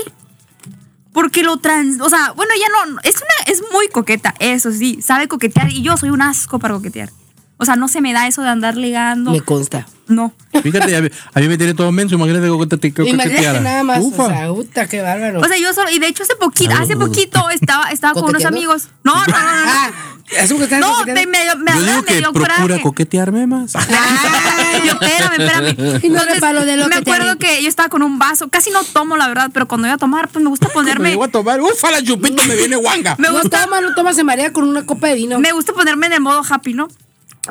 Porque lo trans, o sea, bueno, ya no, es una es muy coqueta, eso sí, sabe coquetear y yo soy un asco para coquetear. O sea, no se me da eso de andar ligando.
Me consta.
No.
Fíjate, a mí, a mí me tiene todo menso. Imagínate que- que te que- que- que te
Imagínate
haga.
nada más.
Ufa.
O sea, puta, qué bárbaro.
O sea, yo solo y de hecho hace poquito, hace poquito estaba estaba con unos
¿Coqueteando?
amigos. No, no, no, no. no.
ah, es un que estás
No, me,
coqueteando.
me, me,
Yo digo
me
que
dio
procura
coraje.
coquetearme más.
Ay, yo, espérame, espérame. Entonces,
palo de lo
me
que te
acuerdo
di.
que yo estaba con un vaso. Casi no tomo, la verdad, pero cuando voy a tomar, pues me gusta
Me
ponerme.
voy a tomar. Ufa, la chupita me viene guanga.
me
No
gusta,
toma, no toma, se marea con una copa de vino.
me gusta ponerme en el modo happy, ¿no?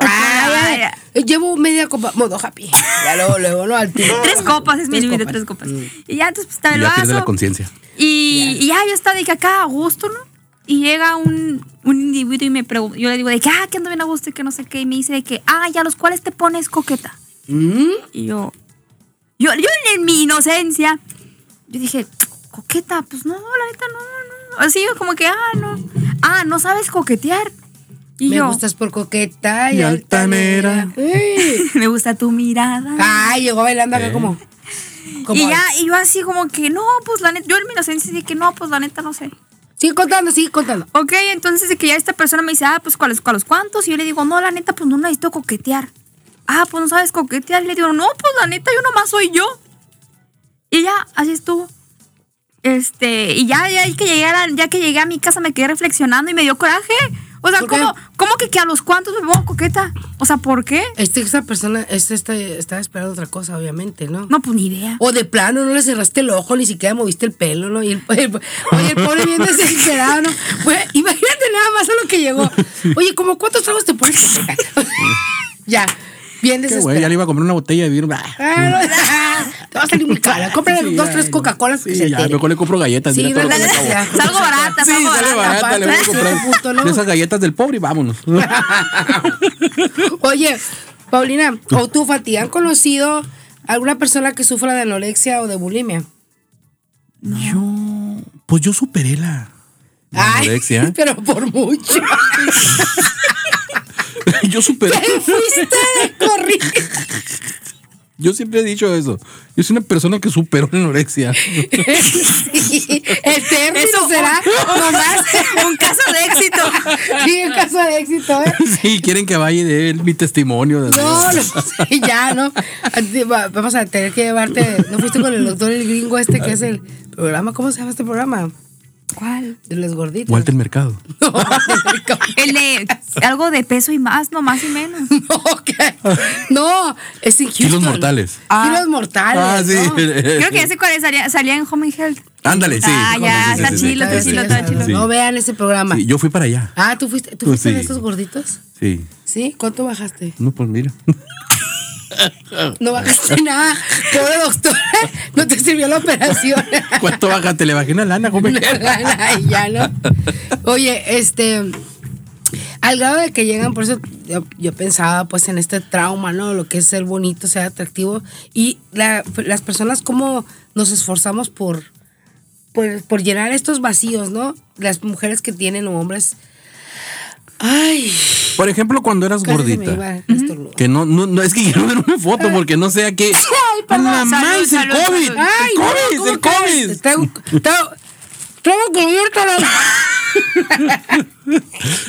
Ay, ay, ay. Llevo media copa, modo happy. Ya luego, luego, no, al tiro.
Tres copas, es mi
Tres
límite,
copas. Mm,
tres copas. Y ya entonces pues, estaba el
Ya pierde la
vaso.
conciencia.
Y, y ya yo estaba de que acá a gusto, ¿no? Y llega un, un individuo y me pregunta, yo le digo de que, ah, que ando bien a gusto y que no sé qué. Y me dice de que, ah, ya los cuales te pones coqueta.
mm.
Y yo, yo, yo en mi inocencia, yo dije, coqueta, pues no, la neta no, no. Así yo como que, ah, no. Ah, no sabes coquetear. Y
Me
yo,
gustas por coqueta y,
Y
altanera.
altanera. ¿Eh?
Ay.
me gusta tu mirada.
Ay, llegó bailando acá como. como
y ya, y yo así como que, no, pues la neta, yo en mi inocencia dije que no, pues la neta no sé.
Sigue contando, sigue contando.
Ok, entonces de que ya esta persona me dice, ah, pues cuáles, cuáles, cuántos. Y yo le digo, no, la neta, pues no necesito coquetear. Ah, pues no sabes coquetear. Y le digo, no, pues la neta, yo nomás soy yo. Y ya, así estuvo. Este, y ya, ya que llegué a la- ya que llegué a mi casa me quedé reflexionando y me dio coraje. O sea,
¿Por qué?
¿cómo, ¿cómo que, que a los cuantos me pongo coqueta? O sea, ¿por qué?
Este, esa persona este, este, estaba esperando otra cosa, obviamente, ¿no?
No, pues ni idea.
O de plano, no le cerraste el ojo, ni siquiera moviste el pelo, ¿no? Y el, el- oye, el pobre bien desesperado, ¿no? Fue- imagínate Fíjate nada más a lo que llegó. Oye, ¿como cuántos tragos te pones? ya, bien
Qué güey, ya
desesperado.
le iba a comprar una botella de vino.
Ah, no, te va a salir muy cara. Cómprale
Sí,
dos,
ya,
tres Coca-Colas que
Sí,
se
ya,
entere.
mejor le compro galletas.
Sí,
mira todo lo que
¿verdad?
me acabo.
Ya.
Salgo barata,
Sí,
salgo
sale
barata.
barata, le voy a
aparte,
comprar
ese puto, ¿no?
de esas galletas del pobre y vámonos.
Ah. Oye, Paulina, o tú, Fati, ¿han conocido alguna persona que sufra de anorexia o de bulimia?
Yo, pues yo superé la, la
Ay,
anorexia.
pero por mucho.
yo superé.
Te fuiste de corrido.
Yo siempre he dicho eso. Yo soy una persona que superó la anorexia.
Sí, el término
Eso
será nomás
Un caso de éxito.
sí, un caso de éxito, ¿eh?
sí, quieren que vaya de él mi testimonio. de-
No, no, sí, ya, ¿no? Ante- va- Vamos a tener que llevarte. ¿No fuiste con el doctor el gringo este que es el programa? ¿Cómo se llama este programa?
¿Cuál?
De los gorditos.
Walter Mercado.
No,
El de algo de peso y más, no más y menos.
no, ¿qué? no, es en Houston.
Kilos mortales.
Kilos mortales.
Ah, sí.
¿no?
Creo que ya sé cuál es, salía, salía en Home and Health.
Ándale, sí.
Ah,
Sí,
ya,
sí,
está
sí, sí,
chilo,
sí,
está
sí,
chilo,
sí,
está chilo.
sí.
No vean ese programa.
Sí, yo fui para allá.
Ah, ¿tú fuiste, tú
Pues
fuiste de
sí.
esos gorditos?
Sí.
¿Sí? ¿Cuánto bajaste?
No, pues mira.
No bajaste nada. Pobre doctora, no te sirvió la operación.
¿Cuánto bajaste? Le bajé una lana, joven.
Ay, ya no. Oye, este. Al grado de que llegan, por eso yo, yo pensaba pues en este trauma, ¿no? Lo que es ser bonito, ser atractivo. Y la- las personas, cómo nos esforzamos por, por, por llenar estos vacíos, ¿no? Las mujeres que tienen o hombres. Ay,
Por ejemplo, cuando eras
casi se me
gordita.
iba a estornudar.
Que no, no, no, es que quiero ver una foto porque no sé a qué.
Ah. Ay, perdón.
La
Salud,
más, el
salud,
COVID.
salud.
Ay,
El
no,
COVID,
¿cómo
el
crees?
COVID.
Traigo, traigo, traigo cubierta la-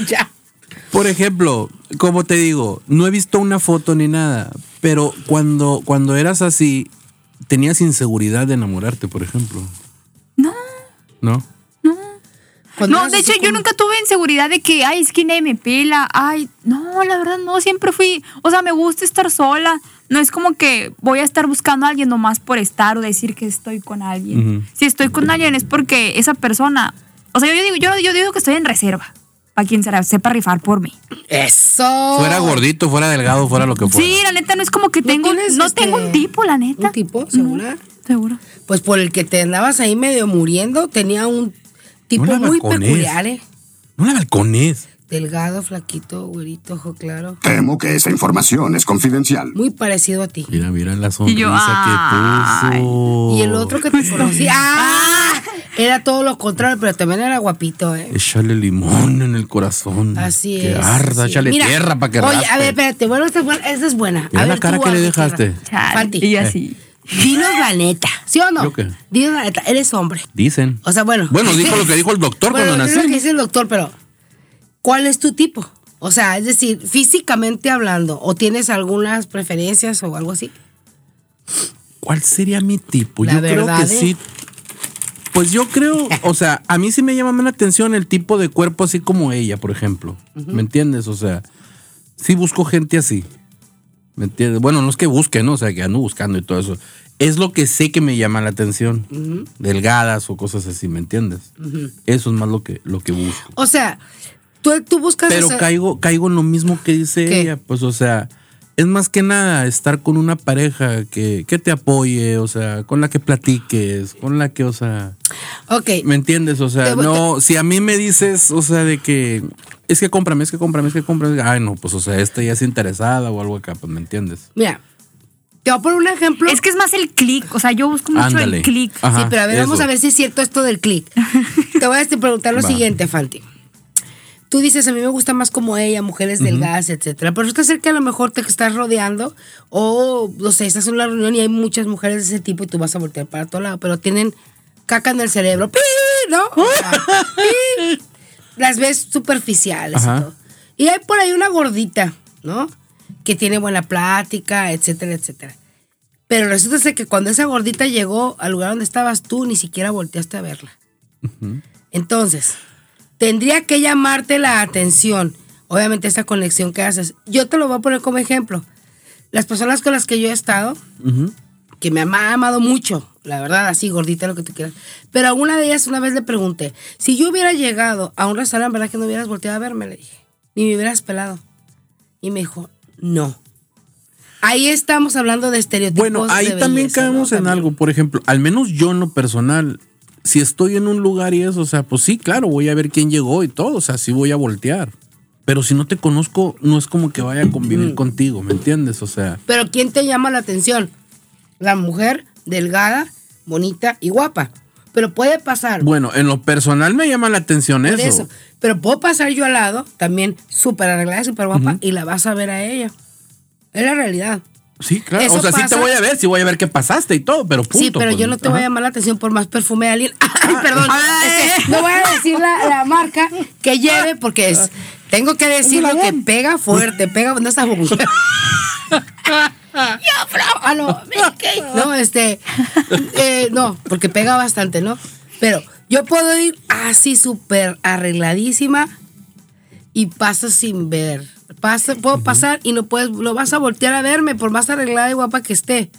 ya.
Por ejemplo, como te digo, no he visto una foto ni nada, pero cuando, cuando eras así, tenías inseguridad de enamorarte, por ejemplo.
No,
¿No?
Cuando
no,
eras
de
así
hecho yo
como-
nunca tuve inseguridad de que, ay, es que nadie me pela, ay, no, la verdad no, siempre fui, o sea, me gusta estar sola, no es como que voy a estar buscando a alguien nomás por estar o decir que estoy con alguien.
Ujú.
Si estoy con alguien es porque esa persona, o sea, yo, yo digo, yo, yo digo que estoy en reserva, para quien será, sepa rifar por mí.
Eso.
Fuera gordito, fuera delgado, fuera lo que fuera.
Sí, la neta, no es como que
¿No
tengo,
tienes,
no
este,
tengo un tipo, la neta.
un tipo, segura?
No, seguro.
Pues por el que te andabas ahí medio muriendo, tenía un tipo
No la
muy
balcones.
peculiar, ¿eh?
No la balcones.
Delgado, flaquito, güerito, ojo claro.
Temo que esa información es confidencial.
Muy parecido a ti.
Mira, mira la sonrisa
yo,
que
ay.
puso.
Y el otro que te conocí, ¡ah! Era todo lo contrario, pero también era guapito, ¿eh?
Échale limón en el corazón.
Así
que
es.
arda,
así
échale
es. Mira,
tierra para que
Oye,
raspe.
a ver, espérate, bueno, esta, es buena- esta es buena.
Mira
a
la
ver,
cara
tú,
que le
a ver,
dejaste.
tierra.
Chale,
Fati,
y yo así.
dinos la neta, ¿sí o no?
¿Yo qué?
Dinos la neta, eres hombre.
Dicen.
O sea, bueno.
Bueno, dijo lo que dijo el doctor
Bueno,
cuando
es lo
nací.
que dice el doctor, pero ¿cuál es tu tipo? O sea, es decir, físicamente hablando, ¿o tienes algunas preferencias o algo así?
¿Cuál sería mi tipo?
La
yo
verdad,
creo
¿eh?
que sí. Pues yo creo, o sea, a mí sí me llama más la atención el tipo de cuerpo así como ella, por ejemplo. ¿Me entiendes? O sea, sí busco gente así. ¿Me entiendes? Bueno, no es que busque, ¿no? O sea, que ando buscando y todo eso. Es lo que sé que me llama la atención. Delgadas o cosas así, ¿me entiendes? Eso es más lo que, lo que busco.
O sea, tú, tú buscas...
Pero
o sea,
caigo, caigo en lo mismo que dice
¿Qué?
ella. Pues, o sea, es más que nada estar con una pareja que, que te apoye, o sea, con la que platiques, con la que, o sea,
Ok,
¿me entiendes? O sea,
Te voy-
no, si a mí me dices, o sea, de que es que cómprame, es que cómprame, es que cómprame, ay, no, pues, o sea, esta ya es interesada o algo acá, pues, ¿me entiendes?
mira, te voy a poner un ejemplo.
Es que es más el click, o sea, yo busco mucho
Ándale.
el click.
Ah. Ajá,
sí, pero a ver, vamos
eso.
a ver si es cierto esto del clic. Te voy a este, preguntar lo
Va.
siguiente, Fanti. Tú dices, a mí me gusta más como ella, mujeres delgadas, etcétera. Pero resulta ser que a lo mejor te estás rodeando o, no sé, estás en una reunión y hay muchas mujeres de ese tipo y tú vas a voltear para tu lado, pero tienen caca en el cerebro. ¡Pi! ¿No? O sea, ¡pi! Las ves superficiales
Ajá.
y todo. Y hay por ahí una gordita, ¿no? Que tiene buena plática, etcétera, etcétera. Pero resulta ser que cuando esa gordita llegó al lugar donde estabas tú, ni siquiera volteaste a verla. Entonces, tendría que llamarte la atención. Obviamente, esa conexión que haces. Yo te lo voy a poner como ejemplo. Las personas con las que yo he estado, que me han amado mucho, la verdad, así gordita, lo que tú quieras. Pero a una de ellas una vez le pregunté, si yo hubiera llegado a un restaurante, ¿verdad que no hubieras volteado a verme? Le dije, ni me hubieras pelado. Y me dijo, no. Ahí estamos hablando de estereotipos.
Bueno, ahí
de
también
belleza, ¿no?
caemos en
También.
algo. Por ejemplo, al menos yo en lo personal, si estoy en un lugar y eso, o sea, pues sí, claro, voy a ver quién llegó y todo, o sea, sí voy a voltear. Pero si no te conozco, no es como que vaya a
Mm.
convivir contigo, ¿me entiendes? O sea,
Pero ¿quién te llama la atención? La mujer delgada, bonita y guapa. Pero puede pasar.
bueno, en lo personal me llama la atención
por
eso.
eso. Pero puedo pasar yo al lado, también súper arreglada, súper guapa, y la vas a ver a ella. Es la realidad.
Sí, claro.
Eso
o sea, sí
pasa.
te voy a ver, sí voy a ver qué pasaste y todo, pero punto.
sí, pero
pues.
yo no te voy a
Ajá.
llamar la atención por más perfume de alguien. Ay, perdón.
Ay.
Es que no voy a decir la, la marca que lleve porque es. Tengo que decir lo que pega fuerte, pega. No estás mujer. Ah, no, ok. No, este. eh, no, porque pega bastante, ¿no? Pero yo puedo ir así súper arregladísima y paso sin ver. Paso, puedo pasar y no puedes, no vas a voltear a verme por más arreglada y guapa que esté.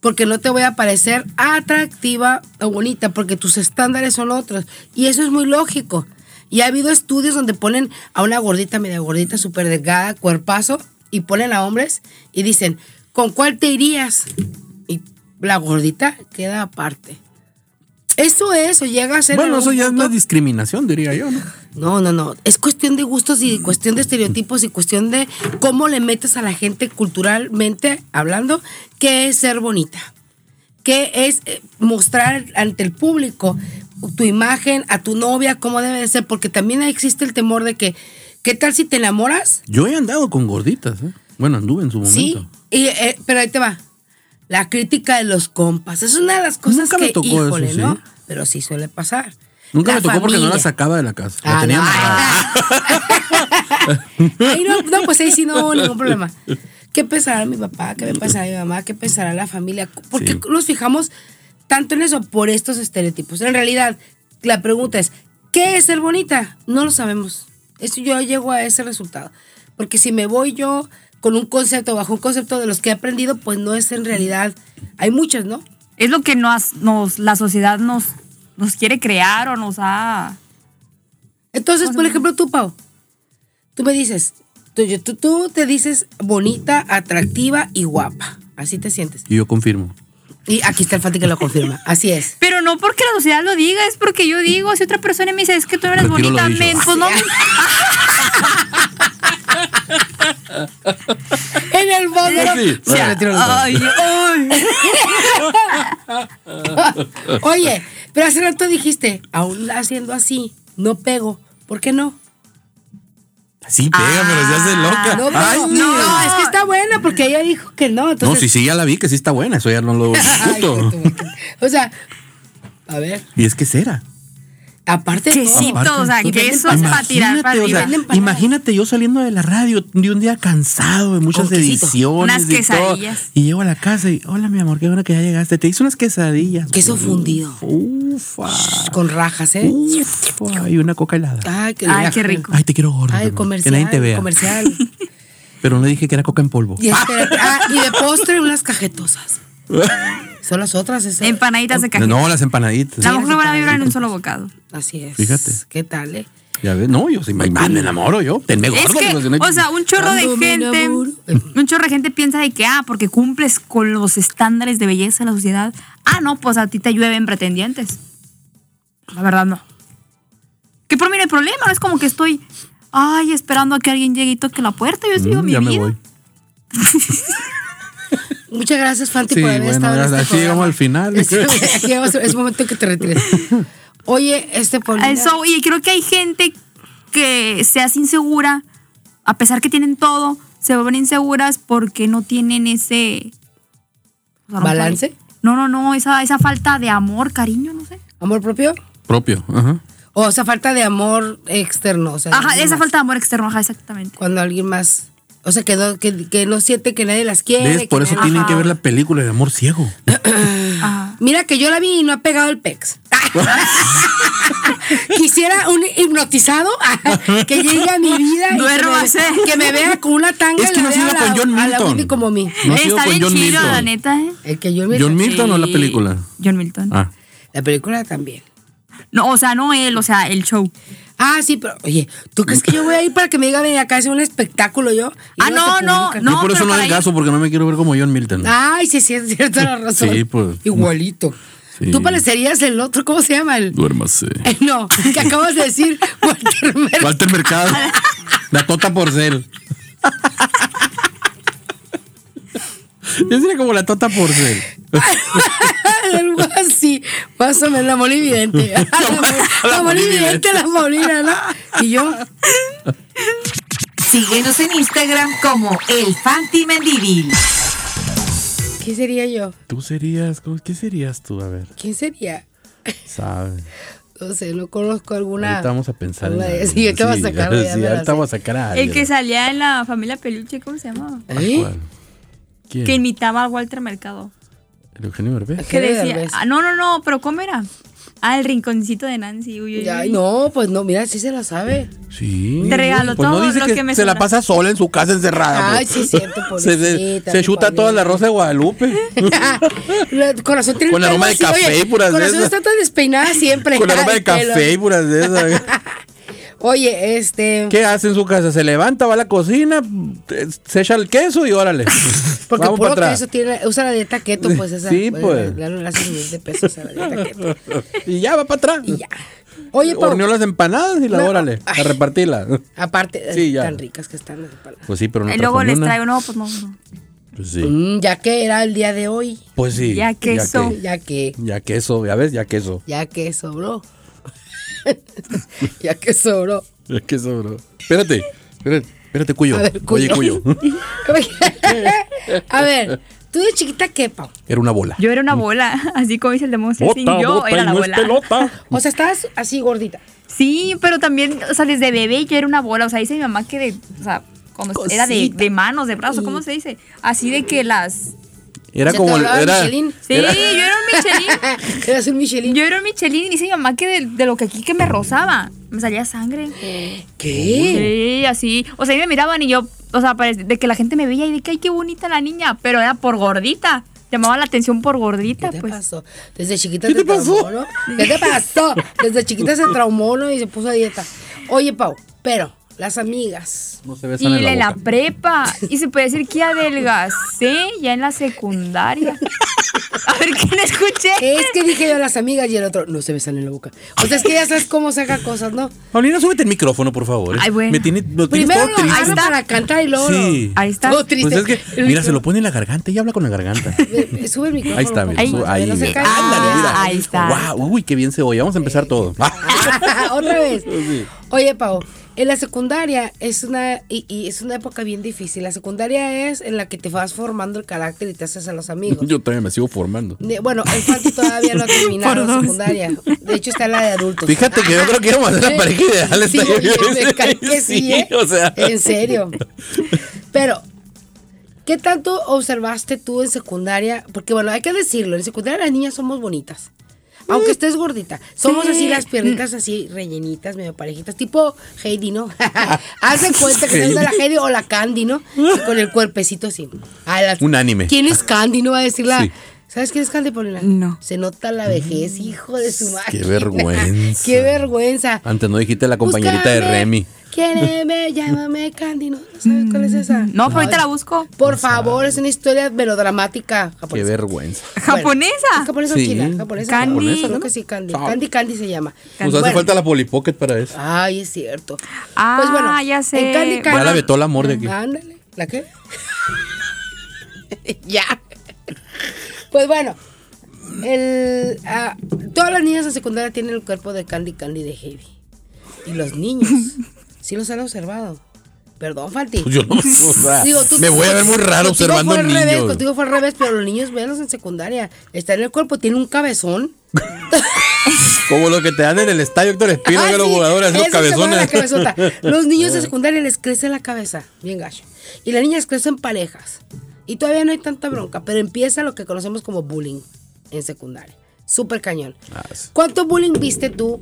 Porque no te voy a parecer atractiva o bonita, porque tus estándares son otros. Y eso es muy lógico. Y ha habido estudios donde ponen a una gordita, media gordita, súper delgada, cuerpazo, y ponen a hombres y dicen, ¿con cuál te irías? Y la gordita queda aparte. Eso es, o llega a ser... en
Bueno, eso
algún
ya es una
punto-
discriminación, diría yo, ¿no?
no, no, no. Es cuestión de gustos y cuestión de estereotipos y cuestión de cómo le metes a la gente culturalmente hablando qué es ser bonita, qué es eh, mostrar ante el público tu imagen, a tu novia, cómo debe de ser, porque también existe el temor de que, ¿qué tal si te enamoras?
Yo he andado con gorditas, ¿eh? Bueno, anduve en su momento.
Sí, y, eh, pero ahí te va. La crítica de los compas. Es una de las cosas
Nunca me
que,
tocó eso,
híjole,
sí.
¿no? Pero sí suele pasar.
Nunca
La
me tocó porque no la
familia.
sacaba de la casa. La
Ah,
tenía
no,
amarrada.
ay, no. Ay, no, no, pues ahí sí no hubo ningún problema. ¿Qué pensará mi papá? ¿Qué pensará mi mamá? ¿Qué pensará la familia? ¿Por qué
Sí.
nos fijamos tanto en eso? Por estos estereotipos. En realidad, la pregunta es, ¿qué es ser bonita? No lo sabemos. Eso yo llego a ese resultado. Porque si me voy yo con un concepto, bajo un concepto de los que he aprendido, pues no es en realidad. Hay muchas, ¿no?
Es lo que nos, nos, la sociedad nos, nos quiere crear o nos ha...
Entonces, por ejemplo, tú, Pau, tú me dices, tú, yo- tú, tú te dices bonita, atractiva y guapa. Así te sientes.
Y yo confirmo.
Y aquí está el Fati que lo confirma. Así es.
Pero no porque la sociedad lo diga, es porque yo digo, si otra persona me dice, es que tú no eres
Retiro lo
bonita,
dicho.
men, pues no me...
En el fondo.
Sí,
Bueno,
sí.
retiro los dos.
Ay, ay.
Oye, pero hace rato dijiste, aún haciendo así, no pego. ¿Por qué no?
Sí, pega, pero se hace loca.
Ah, No,
Ay,
no, no, es que está buena porque ella dijo que no.
No,
Entonces,
sí, sí, ya la vi que sí está buena. Eso ya no lo
Ay,
discuto.
qué tu- o sea, a ver,
y es que será.
aparte de todo,
Quesito, o sea,
Aparte,
quesos para tirar para
imagínate, o sea,
arriba.
imagínate yo saliendo de la radio de un día cansado de muchas
Con quesito.
ediciones.
Unas
y todo,
quesadillas.
y llego a la casa y, hola, mi amor, qué bueno que ya llegaste. Te hice unas quesadillas.
queso fundido,
Ufa.
con rajas, ¿eh?
Ufa. Y una coca helada.
Ay, qué,
Ay,
rico.
qué rico.
Ay, te quiero gordo.
Ay,
cabrón,
comercial.
Que nadie te vea.
Comercial.
Pero no dije que era coca en polvo.
Y, espérate, ah, y de postre unas cajetosas. Son las otras. esas.
Empanaditas de cajeta.
No, las empanaditas.
A lo mejor no van a vibrar en un solo bocado.
Así es.
Fíjate.
¿Qué tal, eh?
Ya ves, no, yo sí me, me enamoro yo. Tenme gordo.
Es que,
digo, si no-
o sea, un chorro de
Cuando me
gente,
enamoro.
un chorro de gente piensa de que, ah, porque cumples con los estándares de belleza de la sociedad. Ah, no, pues a ti te llueven pretendientes. La verdad, no. Que por mí no hay problema, no es como que estoy, ay, esperando a que alguien llegue y toque la puerta. Yo sigo
Mm,
mi
ya
vida.
me voy.
Muchas gracias, Fanti,
Sí,
por haber
bueno,
estado en
gracias.
este
Así llegamos
programa.
al final.
Es, aquí llegamos- es momento que te retires. Oye, este Paulina,
Eso, y creo que hay gente que se hace insegura, a pesar que tienen todo, se vuelven inseguras porque no tienen ese... pues, o sea, no
¿Balance?
puede- No, no, no, esa, esa falta de amor, cariño, no sé.
¿Amor propio?
Propio. Ajá.
O sea, falta de amor externo. O sea, de
Ajá,
alguien
esa
más.
falta de amor externo, ajá, exactamente.
Cuando alguien más. O sea, que no, que, que no siente que nadie las
Eh,
quiere.
¿Ves?
que
Por eso
nadie-
tienen que ver la película de amor ciego.
Ajá.
Mira que yo la vi y no ha pegado el pex. Quisiera un hipnotizado que llegue a mi vida. y
Duérmase.
Que, me- que me vea con una tanga
Es
y la
que no has
vea
ido
a la-
con John
a la
Milton.
Whitney como a mí.
No has ido
Está
con
bien
John
chido,
Milton.
la neta, ¿eh?
El que John
John
Milton.
Milton o la película.
John Milton.
Ah.
La película también.
No, o sea, no él, o sea, el show.
Ah, sí, pero oye, ¿tú crees que yo voy a ir para que me diga, ven acá, hace un espectáculo yo? Y
Ah,
luego
no,
te
no,
publican.
no.
Yo por eso
pero
no
para Ah.
hago
ir-
caso, porque no me quiero ver como John Milton.
Ay, sí, sí, es cierto la razón.
Sí, pues.
Igualito.
Sí.
Tú parecerías el otro, ¿cómo se llama? El...
Duérmase.
Eh, No, que acabas de decir, Walter Mercado.
Walter Mercado. La Tota Porcel. Yo sería como la Tota Porcel.
Algo así. Más o menos, la molividente. La, la molividente, la molina, ¿no? Y yo,
Síguenos en Instagram como El Fanti Mendivil.
¿qué sería yo?
Tú serías, ¿cómo- ¿qué serías tú? A ver,
¿Quién sería?
sabes.
No sé, no conozco alguna.
Ahorita vamos a pensar en
alguna de-
algo.
Sí, ahorita vas a sacar. ya
sí,
me la
ahorita
sé.
vamos a sacar a
El
alguien.
que salía en la familia Peluche, ¿cómo se llamaba?
¿Eh?
¿Cuál? ¿Quién?
Que imitaba a Walter Mercado.
¿El Eugenio Derbez?
Que
Eugenio
decía.
Derbez.
Ah, no, no, no, pero ¿cómo era? Ah, el rinconcito de Nancy. Uy, uy, uy.
Ay, no, pues no, mira, sí se la sabe.
Sí.
Te regaló
Pues
todo
no dice
lo
que,
que me
se la
sobró.
pasa sola en su casa encerrada.
Ay,
pues.
sí es cierto,
Se, se,
pobrecita,
se
mi
chuta toda la
Paulina.
rosa de Guadalupe.
La- corazón tiene
Con
el
aroma
pelo
de café y puras de
Corazón
esas.
está tan despeinada siempre.
Con aroma
Ay,
de
pelo.
café y puras de esas.
Oye, este.
¿Qué hace en su casa? Se levanta, va a la cocina, te- se echa el queso y órale.
Porque
Vamos
puro
para
queso tiene, usa la dieta keto, pues esa.
Sí,
bueno,
pues.
La, la, la hace subir de peso, usa la dieta keto.
Y ya va para atrás.
Y ya. Oye, Pau,
Horneó las empanadas y las
No,
órale,
ay.
a repartirlas.
aparte,
Sí, ya.
tan ricas que están las empanadas.
Pues sí, pero no
Y luego
trajo ni
les
una.
traigo, no, pues no. no.
Pues sí.
Mm, ya que era el día de hoy,
Pues sí.
Ya queso.
que-
ya que,
Ya queso, ya ves, ya queso.
ya que sobró. ya que sobró.
Ya queso, bro. Espérate, espérate, espérate, Cuyo.
A ver,
Oye,
cuyo.
Cuyo.
A ver, tú de chiquita, ¿qué, Pau?
Era una bola.
Yo era
Mm.
una bola, así como dice el de Monster Inc. Yo era la bola.
O sea, estabas así gordita.
Sí, pero también, o sea, desde bebé yo era una bola. O sea, dice mi mamá que de, o sea, como era de,
Cosita.
de manos, de brazos, ¿cómo se dice? Así de que las.
Era
¿Se
como
te
el.
hablaba
Era,
Michelin?
Sí,
era-
yo era un Michelin.
Eras un Michelin.
Yo era un Michelin y dice mi mamá que de, de lo que aquí que me rozaba, me salía sangre.
¿Qué?
Sí, así. O sea, y me miraban y yo, o sea, parec- de que la gente me veía y de que, ay, qué bonita la niña, pero era por gordita. Llamaba la atención por gordita,
¿Qué te
pues.
pasó? Desde chiquita
¿Qué
se
te pasó?
traumó, ¿no? ¿Qué te pasó? Desde chiquita se traumó, ¿no? Y se puso a dieta. Oye, Pau, pero las amigas.
No se besan
Y
en
la,
la
la
boca.
prepa. Y se puede decir que adelgacé ya en la secundaria. A ver quién escuché.
Es que dije yo a las amigas y el otro, no se besan en la boca. O sea, es que ya sabes cómo saca cosas, ¿no?
Paulina, súbete el micrófono, por favor.
Ay, bueno.
Me tiene, lo tienes
Primero lo
todo triste.
agarra para cantar y luego.
Sí.
lo-
Ahí está.
Todo triste.
Pues es que,
El
mira, se lo
micro-
pone en la garganta y habla con la garganta.
Ve- Sube el micrófono.
Ahí está, mira.
Pau,
su-
para
ahí.
que no se
mira.
caiga.
Ándale, mira.
ahí está.
Guau, uy, qué bien se oye. Vamos a empezar todo. Ah,
Ah, Otra vez.
pues
Oye, Pau, en la secundaria es una, y, y es una época bien difícil. La secundaria es en la que te vas formando el carácter y te haces a los amigos.
Yo también me sigo formando.
Ne- Bueno, el Fanti todavía no ha terminado la secundaria. De hecho, está la de adultos.
Fíjate que yo creo que íbamos a hacer la pareja ideal.
Sí,
esta
oye,
yo-
me cae que sí, ¿eh?
o sea.
En serio. Pero, ¿qué tanto observaste tú en secundaria? Porque, bueno, hay que decirlo, en secundaria las niñas somos bonitas.
Mm.
Aunque estés gordita, somos así las piernitas así rellenitas, medio parejitas, tipo Heidi, ¿no? Hacen cuenta que es la Heidi o la Candy, ¿no? Y con el cuerpecito así. A las-
Un anime.
¿Quién es Candy? No va a decir la.
Sí. Mm.
¿Sabes quién es Candy Paulina?
No.
Se nota la vejez, hijo de su madre.
Qué vergüenza.
Qué vergüenza.
Antes no dijiste la compañerita de
Búscame,
Remy.
Quiéreme, llámame Candy, ¿no? ¿Sabes cuál es esa?
No, pero ahorita la busco.
Por favor, es una historia melodramática
Qué
japonesa.
vergüenza.
Bueno,
¿Japonesa?
¿Es japonesa o
Sí.
china? ¿Japonesa?
Candy.
Japonesa, Creo que sí, Candy. Candy Candy se llama.
Nos Pues hace
Bueno.
falta la polipocket para eso.
Ay, es cierto.
Ah,
pues bueno,
ya sé.
En Candy Candy.
Ya la vetó el amor de aquí.
Ándale. ¿La qué? ya. Pues bueno. El, ah, todas las niñas en secundaria tienen el cuerpo de Candy Candy de Heavy. Y los niños, sí los han observado. Perdón, Falti.
Pues yo no. o sea,
Digo, tú-
me voy a ver muy raro
contigo
observando
fue al
niños.
Revés, contigo fue al revés, pero los niños, véanlos en secundaria. Está en el cuerpo, tiene un cabezón.
Como lo que te dan en el estadio Héctor Espino,
Ah,
que los
sí,
jugadores hacen los
eso se llama la
cabezones.
cabezota. Los niños de secundaria les crece la cabeza, bien gacho. Y las niñas crecen parejas. Y todavía no hay tanta bronca, pero empieza lo que conocemos como bullying en secundaria. súper cañón.
Ah, sí.
¿Cuánto bullying viste tú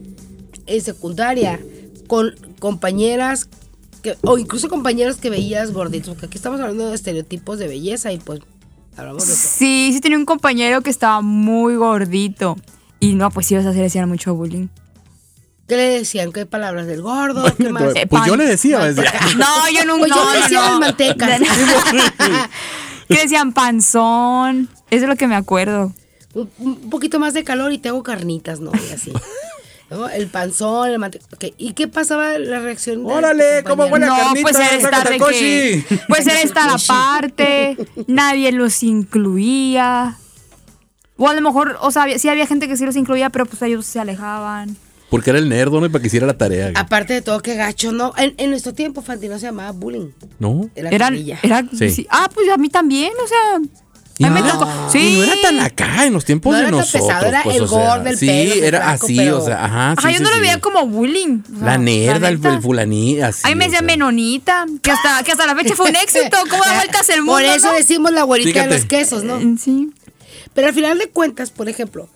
en secundaria con compañeras que, o incluso compañeros que veías gorditos? Porque aquí estamos hablando de estereotipos de belleza y pues hablamos de eso.
Sí, sí tenía un compañero que estaba muy gordito. Y no, pues sí, o sea, sí le hacían mucho bullying.
¿Qué le decían? ¿Qué palabras del gordo? ¿Qué más?
Pues yo le decía, decía.
No, yo nunca.
Pues yo
no,
le
no,
decía
no.
las mantecas.
que decían panzón. Eso es lo que me acuerdo.
un, un poquito más de calor y te hago carnitas, ¿no? Y así. ¿No? El panzón, el mante- ok, ¿Y qué pasaba la reacción de
Órale,
tu
¿cómo
compañero?
huele? Hola, carnita,
no, pues era
saca
estar de que.
Takoshi.
Pues era estar aparte. Nadie los incluía. O a lo mejor, o sea, había- sí había gente que sí los incluía, pero pues ellos se alejaban.
Porque era el nerdo, ¿no? Y para que hiciera la tarea. güey.
Aparte de todo, qué gacho, ¿no? En, en nuestro tiempo, Fanti, no se llamaba bullying.
¿No?
Era
Era,
carrilla.
era-
Sí.
sí. Ah, pues a mí también, o sea.
Y
Ay,
no,
me
era,
tocó.
y no
Sí.
era tan acá en los tiempos
No
de
era tan
nosotros.
pesado, era
pues,
el
o sea,
gordo, el
Sí,
pelo, el
era
flaco,
así,
pero-
o sea, ajá. sí,
Ajá, yo
sí,
no lo
sí.
veía como bullying. o sea,
La nerda, el,
neta.
el fulaní, así.
A mí me
o sea.
decían menonita, que hasta, que hasta la fecha fue un éxito. ¿Cómo da vueltas el mundo?
Por eso
no?
decimos la abuelita de
Fíjate.
los quesos, ¿no?
Sí.
Pero al final de cuentas, por ejemplo,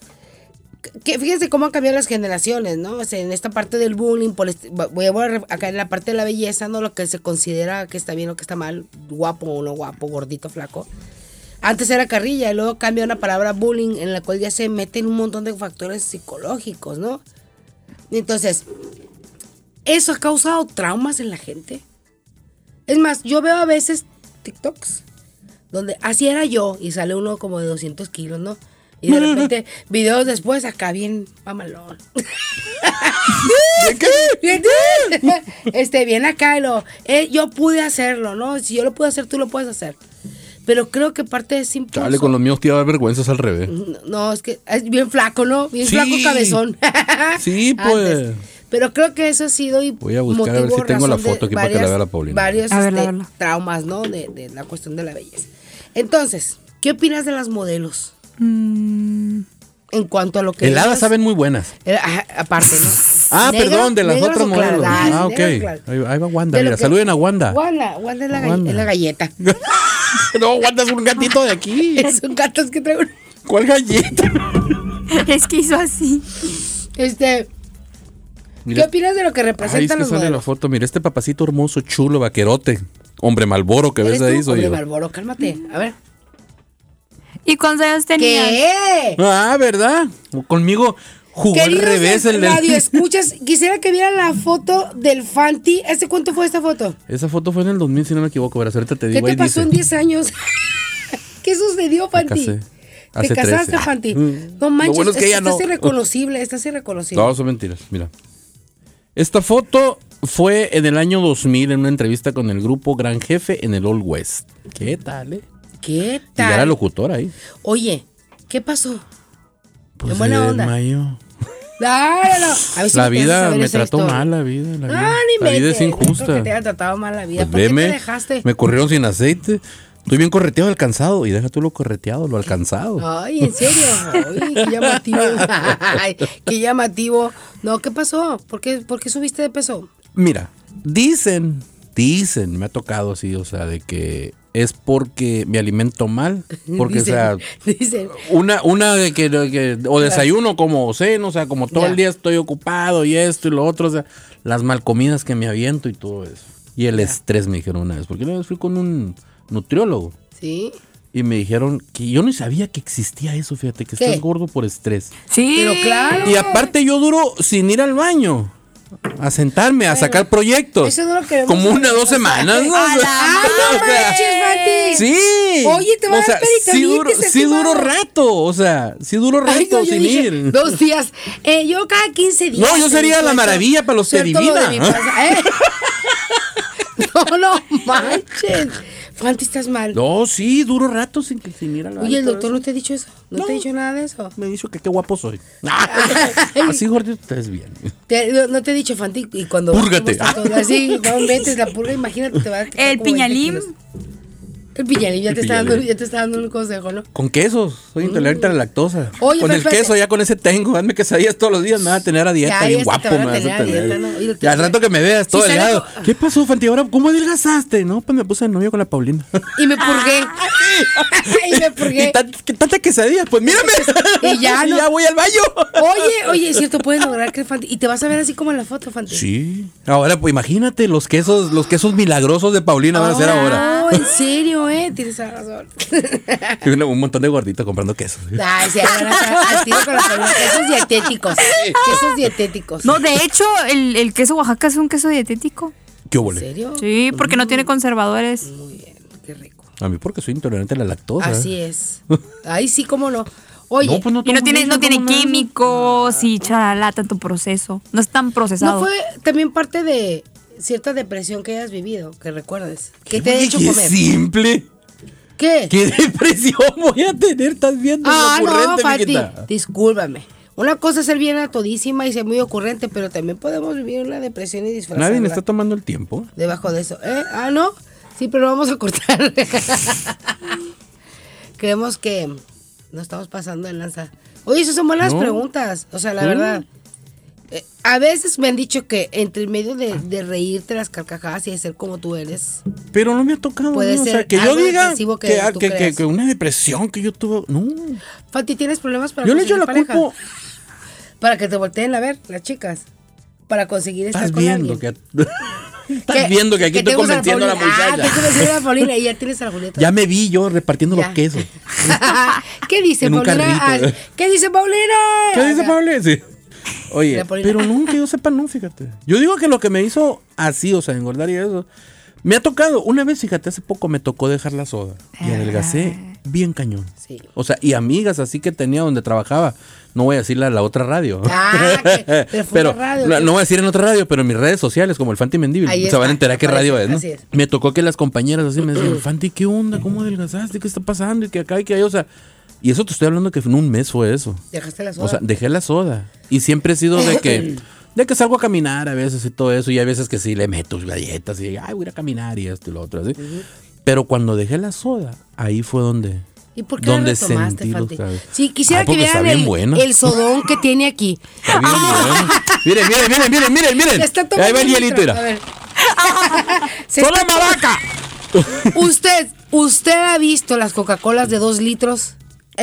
que, fíjense cómo han cambiado las generaciones, ¿no? O sea, en esta parte del bullying, por este- va- voy a volver acá en la parte de la belleza, ¿no? Lo que se considera que está bien o que está mal, guapo o no guapo, gordito, flaco. Antes era carrilla y luego cambia una palabra bullying en la cual ya se meten un montón de factores psicológicos, ¿no? Entonces, ¿eso ha causado traumas en la gente? Es más, yo veo a veces TikToks donde así era yo y sale uno como de 200 kilos, ¿no? Y de repente, videos después, acá bien mamalón. Bien, este, bien acá, y lo, eh, yo pude hacerlo, ¿no? Si yo lo pude hacer, tú lo puedes hacer. Pero creo que parte de ese impulso-
Chale, con los míos te iba a dar vergüenzas al revés.
no, no, es que es bien flaco, ¿no? Bien
Sí.
flaco cabezón.
Sí, pues.
Antes. Pero creo que eso ha sido y
Voy a buscar a ver si tengo la
razón de
foto aquí para que la vea la Paulina.
Varios
A ver,
este,
la verla.
traumas, ¿no? De, de la cuestión de la belleza. Entonces, ¿qué opinas de las modelos?
Mm.
En cuanto a lo que...
Heladas
ellas-
saben muy buenas.
Eh, ajá, aparte, ¿no?
Ah, perdón, de las
negros
otras
o claras,
modelos.
ah,
Ah,
negros
ok.
o claras.
Ahí va- ahí va Wanda,
De lo
mira, saluden a Wanda.
Wanda, Wanda es la, galle-
Wanda.
es la galleta.
no, guardas un gatito de aquí.
es un gato es que trae un-
¿Cuál galleta?
Es que hizo así.
Este...
Mira.
¿Qué opinas de lo que
Ahí es
representan
que
los
sale
modelos?
la foto. Mira, este papacito hermoso, chulo, vaquerote. Hombre malboro que ves
¿Eres
ahí,
tú? Hombre,
soy yo.
Barboro, cálmate. A ver.
¿Y cuántos años tenía?
¿Qué?
Ah, ¿verdad? Conmigo jugó al
Queridos
revés el del-
radio, escuchas, quisiera que vieran la foto del Fanti. ¿Hace cuánto fue esta foto?
Esa foto fue en el 2000, si no me equivoco. Verás, ahorita te
¿Qué
digo.
te
ahí
pasó
dice.
en 10 años? ¿Qué sucedió, Fanti?
casé.
te
Hace
casaste,
13.
Fanti.
Mm.
No
Lo
manches,
bueno es que
es-
ella
estás
no.
irreconocible, estás irreconocible.
No, son mentiras, mira. Esta foto fue en el año 2000 en una entrevista con el grupo Gran Jefe en el Old West. ¿Qué tal, eh?
¿Qué
Y ya era
tal?
locutora ahí.
Oye, ¿qué pasó?
Pues
buena
eh,
onda.
Mayo.
No, no, no. A ver si
La
me piensas
vida
saber
me
esa
trató
historia.
mal, la vida. La vida,
No, ni
La vida
me
es injusta.
Que te haya tratado mal la vida.
Pues
¿Por
veme,
qué te dejaste?
Me corrieron sin aceite. Estoy bien correteado, alcanzado. Y deja tú lo correteado, lo alcanzado.
Ay, en serio. Ay, qué llamativo. Ay, qué llamativo. No, ¿qué pasó? ¿Por qué, por qué subiste de peso?
Mira, dicen, dicen, me ha tocado así, o sea, de que es porque me alimento mal. Porque,
Dicen,
o sea,
dicen,
una, una de que, de que- o desayuno como ceno, o sea, como todo
Ya.
el día estoy ocupado y esto y lo otro, o sea, las malcomidas que me aviento y todo eso. Y el estrés me dijeron una vez, porque una vez fui con un nutriólogo
Sí.
y me dijeron que yo no sabía que existía eso, fíjate, que estás
¿Qué?
gordo por estrés.
Sí.
Pero claro.
Y aparte yo duro sin ir al baño. A sentarme, a sacar proyectos.
eso no lo queremos
Como
saber.
una dos semanas. Ah, ¿no?
¡A la
O sea,
madre, Fanti!
Sí.
Oye, te va a
o sea,
dar
sí
peritonitis,
duro, sí
estimado.
duro rato. O sea, sí duro rato
Ay, no, yo
sin
dije,
ir.
Dos días. Eh, yo cada 15 días.
No, yo sería la maravilla para los que
Suelto lo de mi
adivinan.
casa, ¿eh? No, no manches. Fanti, estás mal.
No, sí, duro rato sin, que- sin ir al baño.
Oye, el doctor no te ha dicho eso. No, te ha
No.
dicho nada de eso.
Me dijo que qué guapo soy. Así gordito estás bien.
Te- no, no te he dicho, Fanti, y cuando...
Púrgate.
Así, no inventes la purga, imagínate, te va a... quitar
El
como 20
piñalín.
kilos. El piñalín ya,
El
te está dando,
piñalín.
ya te está dando un consejo, ¿no?
Con quesos, soy intolerante a la lactosa.
Mm. Oye,
con
pero
el
espérate.
queso, ya con ese tengo. Hazme quesadillas todos los días, me van a tener a dieta.
Ya,
bien
ya se te
guapo,
van
me
a
vas
tener
a
a
tener.
dieta, ¿no? Oye,
Ya al rato que me veas todo
sale
helado.
con-
¿Qué pasó, Fantiora? ¿Cómo adelgazaste? No, pues me puse de novio con la Paulina.
Y me purgué. y me purgué.
Ah, Y tant- que tantas quesadillas, pues mírame.
Y ya no-
voy al baño.
Oye, oye, es cierto, puedes lograr que Fanti. Y te vas a ver así como en la foto, Fanti.
Sí. Ahora, pues imagínate, los quesos, los quesos milagrosos de Paulina van a ser ahora.
No, en serio, ¿eh? Tienes razón.
Y una- Un montón de gorditos comprando quesos.
Ay, sí, ahora está al tiro con la paloma. Quesos dietéticos. Quesos dietéticos.
No, de hecho, el, el queso Oaxaca es un queso dietético.
¿Qué
¿En
huele?
serio?
Sí, porque no tiene conservadores.
Muy bien, qué rico.
A mí porque soy intolerante a la lactosa.
Así es. Ay, sí, cómo no. Oye,
No, pues no
Y no
tomo
tiene,
leche,
no tiene
tomo nada.
químicos y charalá, tanto proceso. No es tan
¿no
procesado.
fue también parte de cierta depresión que hayas vivido, que recuerdes? ¿Qué te
Oye,
he hecho
qué
comer?
simple.
¿Qué?
¿Qué depresión voy a tener? ¿Estás viendo?
Ah,
lo
no,
ocurrente,
Fati,
mijita?
discúlpame. Una cosa es ser bien atodísima y ser muy ocurrente, pero también podemos vivir una depresión y disfrazarla
Nadie me está tomando el tiempo.
debajo de eso. ¿Eh? Ah, no. Sí, pero lo vamos a cortar. Creemos que nos estamos pasando de lanza. Oye, esas son buenas
No.
preguntas. O sea, la verdad. eh, a veces me han dicho que entre el medio de, de reírte las carcajadas y de ser como tú eres.
Pero no me ha tocado.
Puede
¿no?
ser
o sea, que yo
algo
diga que,
depresivo que
ah,
tú
que- que-
creas.
que una depresión que yo tuve. No.
Fati, ¿tienes problemas para
Yo le echo la
conseguir pues pareja?
culpa.
Para que te volteen a ver las chicas. Para conseguir estar
Estás
con
viendo
alguien.
que. Estás viendo que aquí estoy
tengo
convenciendo a la
Paulina. Ah, estoy
muchacha.
convenciendo a la Paulina y ya tienes a la Julieta.
Ya me vi yo repartiendo
Ya.
los quesos.
¿Qué dice
En un
Paulina?
carrito.
Ah, ¿Qué dice Paulina?
¿Qué dice
Acá.
Pablo? Sí. Oye,
La Paulina.
pero nunca yo sepa, no, fíjate. Yo digo que lo que me hizo así, o sea, engordar y eso, me ha tocado. Una vez, fíjate, hace poco me tocó dejar la soda y adelgacé bien cañón.
Ah. Sí.
O sea, y amigas así que tenía donde trabajaba. No voy a decir la, la otra radio.
Ah, que- pero fue una radio,
no,
¿qué?
no voy a decir en otra radio, pero en mis redes sociales, como el Fanti Mendible,
Ahí
se van
está,
a enterar qué
aparece,
radio es, ¿no?
así es.
Me tocó que las compañeras así me decían, Fanti, ¿qué onda? ¿Cómo adelgazaste? ¿Qué está pasando? Y que acá y que ahí, o sea. Y eso te estoy hablando que en un mes fue eso.
Dejaste la soda.
O sea, dejé la soda. Y siempre he sido de que, de que salgo a caminar a veces y todo eso. Y hay veces que sí le meto galletas y, ay, voy a ir a caminar y esto y lo otro. Así. Pero cuando dejé la soda, ahí fue donde.
¿Y por qué la
donde
retomaste,
sentí los
Fati?
sabores.
Sí, quisiera
Ay,
que
porque
vieran
está bien
el,
buena.
el sodón que tiene aquí.
Está bien buena. Miren, miren, miren, miren, miren, miren.
Le está tomando
Ahí va el
un
hielito,
litro.
mira.
A ver. Se
¡Sola
está-
maraca!
Usted, usted ha visto las Coca-Colas de dos litros.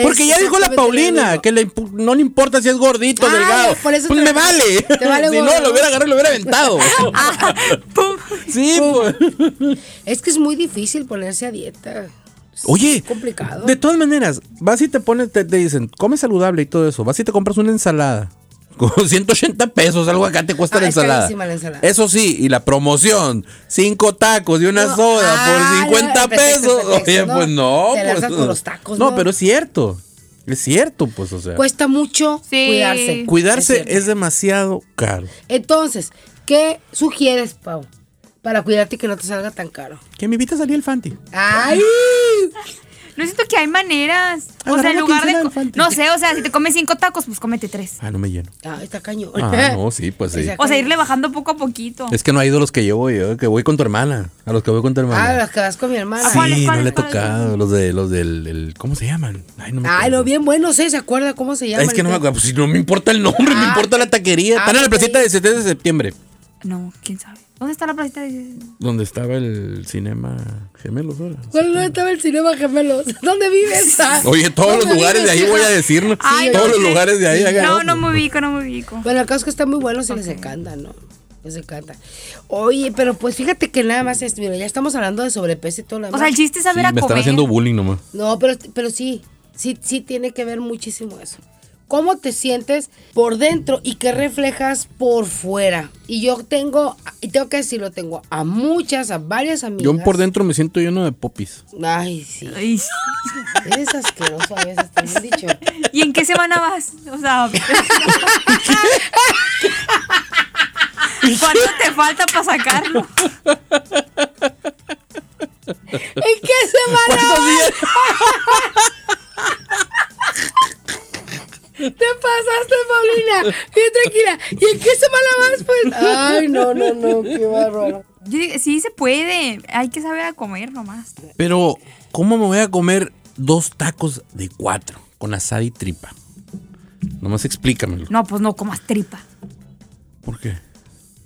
Porque ya dijo la
Exactamente lo
Paulina
mismo.
que le impu- no le importa si es gordito,
Ah,
delgado.
por eso
pues
te-
me vale.
te vale Ah,
si no,
gordo.
lo hubiera agarrado y lo hubiera aventado.
Pum.
sí, pues.
Es que es muy difícil ponerse a dieta. Es
Oye,
complicado.
de todas maneras, vas y te pones, te, te dicen, come saludable y todo eso. Vas y te compras una ensalada. Con 180 pesos, algo acá te cuesta
Ah,
la,
es
ensalada.
carísima la ensalada.
Eso sí, y la promoción, cinco tacos y una
No,
soda
ah,
por 50
no,
pesos.
pretexto, pretexto,
Oye,
no,
pues no.
te
pues,
lanzas con los tacos,
no,
¿no?
pero es cierto. Es cierto, pues, o sea.
Cuesta mucho
Sí.
cuidarse.
cuidarse
cierto.
es demasiado caro.
Entonces, ¿qué sugieres, Pau? Para cuidarte y que no te salga tan caro.
Que me invita a salir el Fanti.
¡Ay!
No siento que hay maneras. O
Agarrar
sea, en
la
lugar de.
quincena
co-
del Fanti.
No sé, o sea, si te comes cinco tacos, pues cómete tres.
Ah, no me lleno.
Ah, está cañón.
Ah, no, sí, pues sí.
Exacto.
O sea, irle bajando poco a poquito.
Es que no ha ido los que yo voy, yo, que voy con tu hermana. A los que voy con tu hermana.
Ah, las que vas con mi hermana.
¿A
Sí,
cuáles,
no
cuáles,
le he
cuáles?
tocado. Los de los del. el- ¿Cómo se llaman? Ay, no me
Ay,
acuerdo.
lo bien bueno, sé, ¿se acuerda cómo se llama?
Es que no me acuerdo. Pues, si no me importa el nombre, me
Ah.
importa la taquería.
Ah,
Están en la
pues,
placita
ahí.
de 7 de septiembre.
No, quién sabe. ¿Dónde está la placita? de-
Donde estaba el cinema gemelos. ahora.
¿Cuál no estaba el cinema gemelos? ¿Dónde vives? Ah,
Oye, todos los
¿dónde
lugares de
vives,
ahí
hija?
voy a decirlo.
Ay,
todos
no
los
sé.
lugares de ahí. hagan
No,
otro.
no me ubico, no me ubico.
Bueno, el caso es que están muy buenos y les encanta, ¿no? Les encanta. Oye, pero pues fíjate que nada más es, mira, ya estamos hablando de sobrepeso y todo lo
O
demás.
sea, el chiste es
Sí,
saber a
me están
comer.
haciendo bullying nomás.
No, pero, pero sí, sí, sí tiene que ver muchísimo eso. ¿Cómo te sientes por dentro y qué reflejas por fuera? Y yo tengo, y tengo que decirlo, tengo a muchas, a varias amigas.
Yo por dentro me siento lleno de popis.
Ay, sí.
Ay,
Eres asqueroso a veces, te lo han dicho.
¿Y en qué semana vas? O sea, ¿cuánto te falta para sacarlo?
¿En qué semana
¿Cuántos días?
te pasaste, Paulina? Bien tranquila. ¿Y en qué semana vas, pues? Ay, no, no, no, qué bárbaro.
Yo digo, Sí se puede, hay que saber a comer nomás.
Pero, ¿Cómo me voy a comer dos tacos de cuatro con asada y tripa? Nomás explícamelo.
No, pues no comas tripa.
¿Por qué?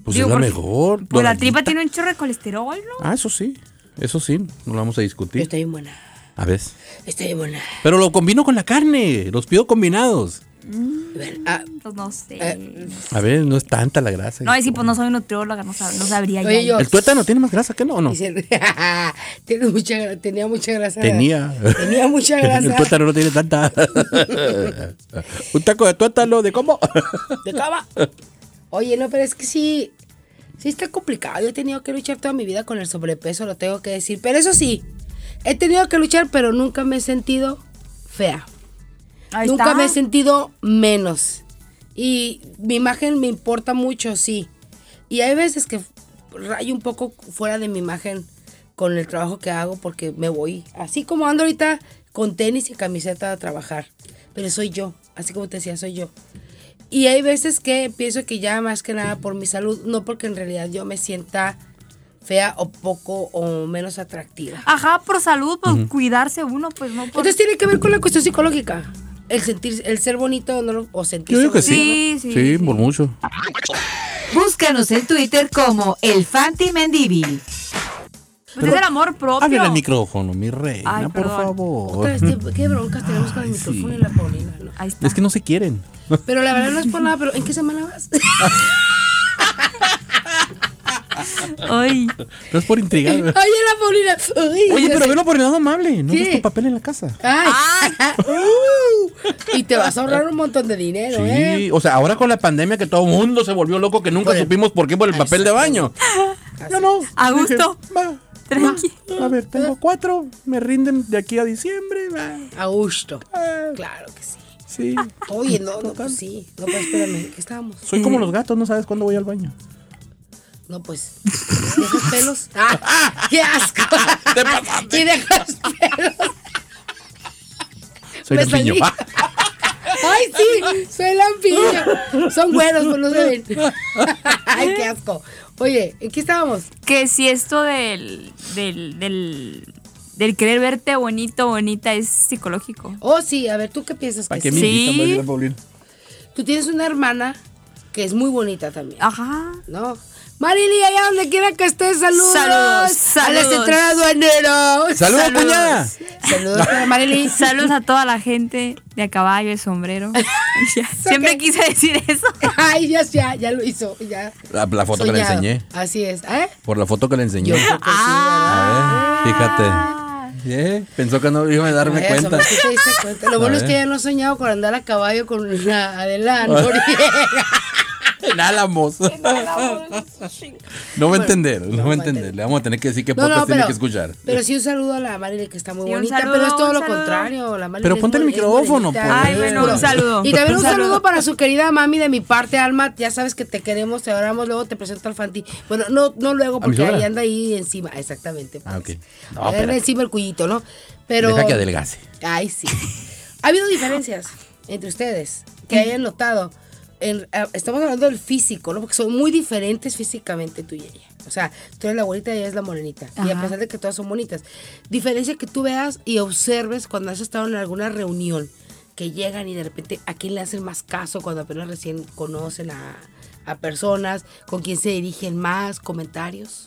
Pues
Digo,
es la
porque-
mejor.
Pues la
doradita.
tripa tiene un chorro de colesterol, ¿no?
Ah, eso sí. Eso sí, no lo vamos a discutir.
Está
Este
bien buena.
A ver.
Está bien buena.
Pero lo combino con la carne. Los pido combinados.
Bueno, ah,
Pues no sé.
Eh,
A ver, no es tanta la grasa.
no, y sí, pues no soy nutrióloga, no, sab- no sabría
Oye,
ya.
yo-
El tuétano tiene más grasa que no, ¿o no?
dice- tiene mucha gra- tenía mucha grasa.
Tenía.
Tenía mucha
El
grasa.
tuétano no tiene tanta. Un taco de tuétano de cómo.
De cava. Oye, no, pero es que sí. Sí está complicado. Yo he tenido que luchar toda mi vida con el sobrepeso, lo tengo que decir. Pero eso sí, he tenido que luchar, pero nunca me he sentido fea.
Ahí
Nunca
está.
me he sentido menos. Y mi imagen me importa mucho, sí. Y hay veces que rayo un poco fuera de mi imagen con el trabajo que hago porque me voy. Así como ando ahorita con tenis y camiseta a trabajar. Pero soy yo, así como te decía, soy yo. Y hay veces que pienso que ya más que nada por mi salud, no porque en realidad yo me sienta fea o poco o menos atractiva.
Ajá, por salud, por cuidarse uno, pues no por...
Entonces tiene que ver con la cuestión psicológica. El sentir, el ser bonito o, no lo- o sentirse
Yo digo que
bonito.
sí.
Sí, sí, sí.
sí, por mucho.
Búscanos en Twitter como El Fanti Mendivil.
Pues es el amor propio.
Háblale al micrófono, mi reina,
Ay,
por
perdón.
Otra
favor.
vez, este, qué- qué broncas tenemos con el
Ay, sí.
micrófono y la Paulina. ¿no?
Ahí está.
Es que no se quieren.
Pero la verdad no es por nada, pero ¿en qué semana vas?
Ay.
No es por
Oye,
intrigar.
la Paulina. ay,
Oye,
ya
pero
sé.
velo por el lado amable. No
¿Qué?
es tu papel en la casa.
Ay. Uh, y te vas a ahorrar un montón de dinero, ¿eh?
Sí, o sea, ahora con la pandemia que todo el mundo se volvió loco, que nunca
Por el-
supimos por qué por el papel de baño. Yo no.
A gusto.
Dije, va,
Tranqui.
A ver, tengo cuatro, me rinden de aquí a diciembre. va,
A gusto.
ah,
Claro que sí.
sí.
Oye, no, no, pues sí. No, pues espérame, ¿qué estábamos?
Soy como los gatos, no sabes cuándo voy al baño.
No, pues. ¿Y esos pelos? ¡Ah! ¡Qué asco!
Te pasaste.
Y dejo los pelos.
Soy
Me
lampiño.
salí.
Ah,
¡Ay, sí! Soy lampiño. Son buenos, pero no se ven. ¡Ay, qué asco! Oye, ¿en qué estábamos?
Que si esto del, del, del, del querer verte bonito, bonita, es psicológico.
Oh, sí, a ver, ¿tú qué piensas
¿Para
que
qué
sí?
me
Sí.
invitan, María Paulina?
Tú tienes una hermana que es muy bonita también.
Ajá.
¿No? Marily, allá donde quiera que estés, saludos.
Saludos,
A las
saludos.
entradas aduaneros.
Saludos,
Saludos.
cuñada.
Saludos para Marily.
Saludos a toda la gente de a caballo, de sombrero. Ya, Siempre quise decir eso.
Ay, ya, ya, ya lo hizo. Ya.
La, la foto que le
Soñado.
enseñé.
Así es. ¿Eh?
Por la foto que le enseñé.
Yo creo que sí,
Ah.
A ver, fíjate. Eh, Pensó que no iba a darme
¿verdad? Eso,
cuenta.
¿por qué se dice cuenta? Lo bueno es
ver.
que ya no he soñado con andar a caballo con una Adela Noriega.
En Álamos. No va a entender, no va a entender. Le vamos a tener que decir que
No,
podcast
no,
pues tiene
pero,
que escuchar.
pero sí un saludo a la Marily que está muy
Sí, un
bonita,
saludo,
pero es todo
un
lo
saludo.
contrario. La Marily
Pero
es
ponte el
more- es
micrófono,
morenita,
por
es
Ay, bueno,
pura.
un saludo.
Y también un
Un
saludo.
saludo.
para su querida mami de mi parte, Alma. Ya sabes que te queremos, te adoramos, luego te presento al Fanti. Bueno, no, no luego,
mi
porque
suegra?
ahí anda ahí encima, exactamente.
Ah,
pues.
ok. No,
Ahí anda
espérate.
encima el cuyito, ¿no? Pero.
Deja que adelgase.
Ay, sí. ¿Ha habido diferencias entre ustedes que hayan notado? En- ah, estamos hablando del físico, ¿no? Porque son muy diferentes físicamente tú y ella. O sea, tú eres la bonita y ella es la morenita. Y a
Ajá.
pesar de que todas son bonitas. Diferencia que tú veas y observes cuando has estado en alguna reunión que llegan y de repente a quién le hacen más caso cuando apenas recién conocen a, a personas, con quién se dirigen más, comentarios.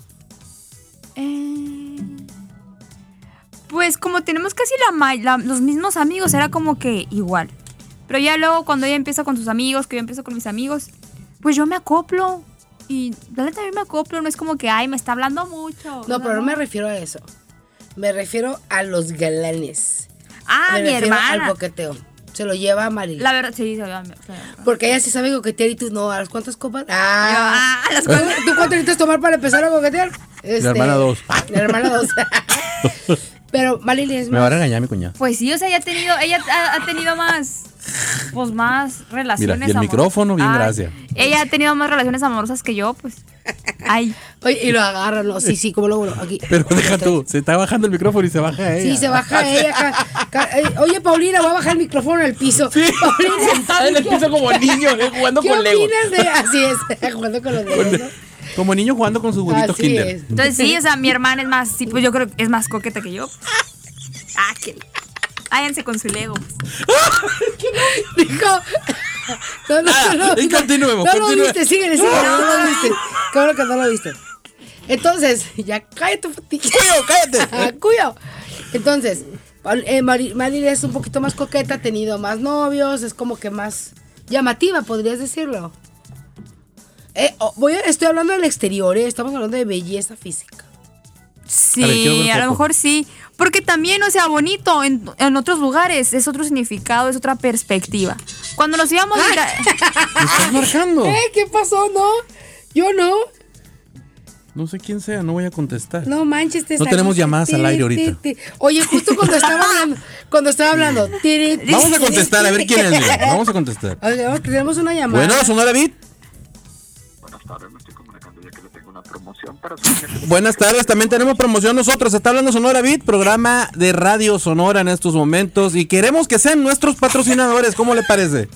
Eh, Pues como tenemos casi la, ma- la- los mismos amigos, era como que igual. Pero ya luego cuando ella empieza con sus amigos, que yo empiezo con mis amigos, pues yo me acoplo. Y la neta también me acoplo, no es como que, ay, me está hablando mucho.
No, pero no me refiero a eso. Me refiero a los galanes.
Ah,
Me
mi
refiero
hermana.
Al coqueteo. Se lo lleva a Marilyn.
La verdad, sí, se va a- se va a-
Porque ella sí sabe coquetear y tú no. ¿A las cuántas copas? Ah,
Yo, ah, a las
¿Tú- ¿Tú cuánto necesitas tomar para empezar a coquetear? Este,
hermana dos.
La hermana dos. Pero Marilyn es
Me va a
más.
regañar mi cuñada.
Pues sí, o sea, ella ha tenido, ella ha, ha tenido más, pues más relaciones.
Mira, y el
amor-
micrófono, bien, gracias.
Ella ha tenido más relaciones amorosas que yo, pues. Ay,
Oye, y lo agarran, ¿no? Sí, sí, como lo bueno. Aquí.
Pero deja tú, se está bajando el micrófono y se baja ella.
Sí, se baja ella. ca- ca- eh, Oye, Paulina, voy a bajar el micrófono al piso. Paulina,
Sentada en el piso como niño, eh, jugando
¿qué
con Lego.
opinas de.? Así es, jugando con los dedos, ¿no?
Como niño jugando con sus huevitos
Así
Kinder.
es.
entonces sí, o sea, mi hermana es más, sí, pues yo creo que es más coqueta que yo. Ah, que. Váyanse con su Lego. pues.
Dijo. No, no,
Ah,
no,
y
no,
continuemos, Ah.
no lo
continuemos.
viste, síguele, síguele, no lo viste. Qué bueno que no lo viste. Entonces, ya cállate, Cuyo, cállate. Cuyo. Entonces, Paul- eh, Mari- Marilyn es un poquito más coqueta, ha tenido más novios, es como que más llamativa, podrías decirlo. Eh, oh, voy a- estoy hablando del exterior, eh, estamos hablando de belleza física.
A ver, quiero ver
Sí,
un
a lo
poco.
mejor sí. Porque también, o sea, bonito en, en otros lugares es otro significado, es otra perspectiva. Cuando nos íbamos a ir a-
¿Me estás marcando?
Eh, ¿qué pasó? No, yo no.
No sé quién sea, no voy a contestar.
No manches, te
No tenemos llamadas al aire ahorita.
Oye, justo cuando estaba hablando, cuando estaba hablando. tiri, tiri,
Vamos a contestar, a ver quién es. mira, Vamos a contestar.
A ver, vamos, tenemos una llamada.
Bueno, sonó David. Buenas tardes, también tenemos promoción nosotros. Está hablando Sonora Beat, programa de Radio Sonora en estos momentos. Y queremos que sean nuestros patrocinadores. ¿Cómo le parece?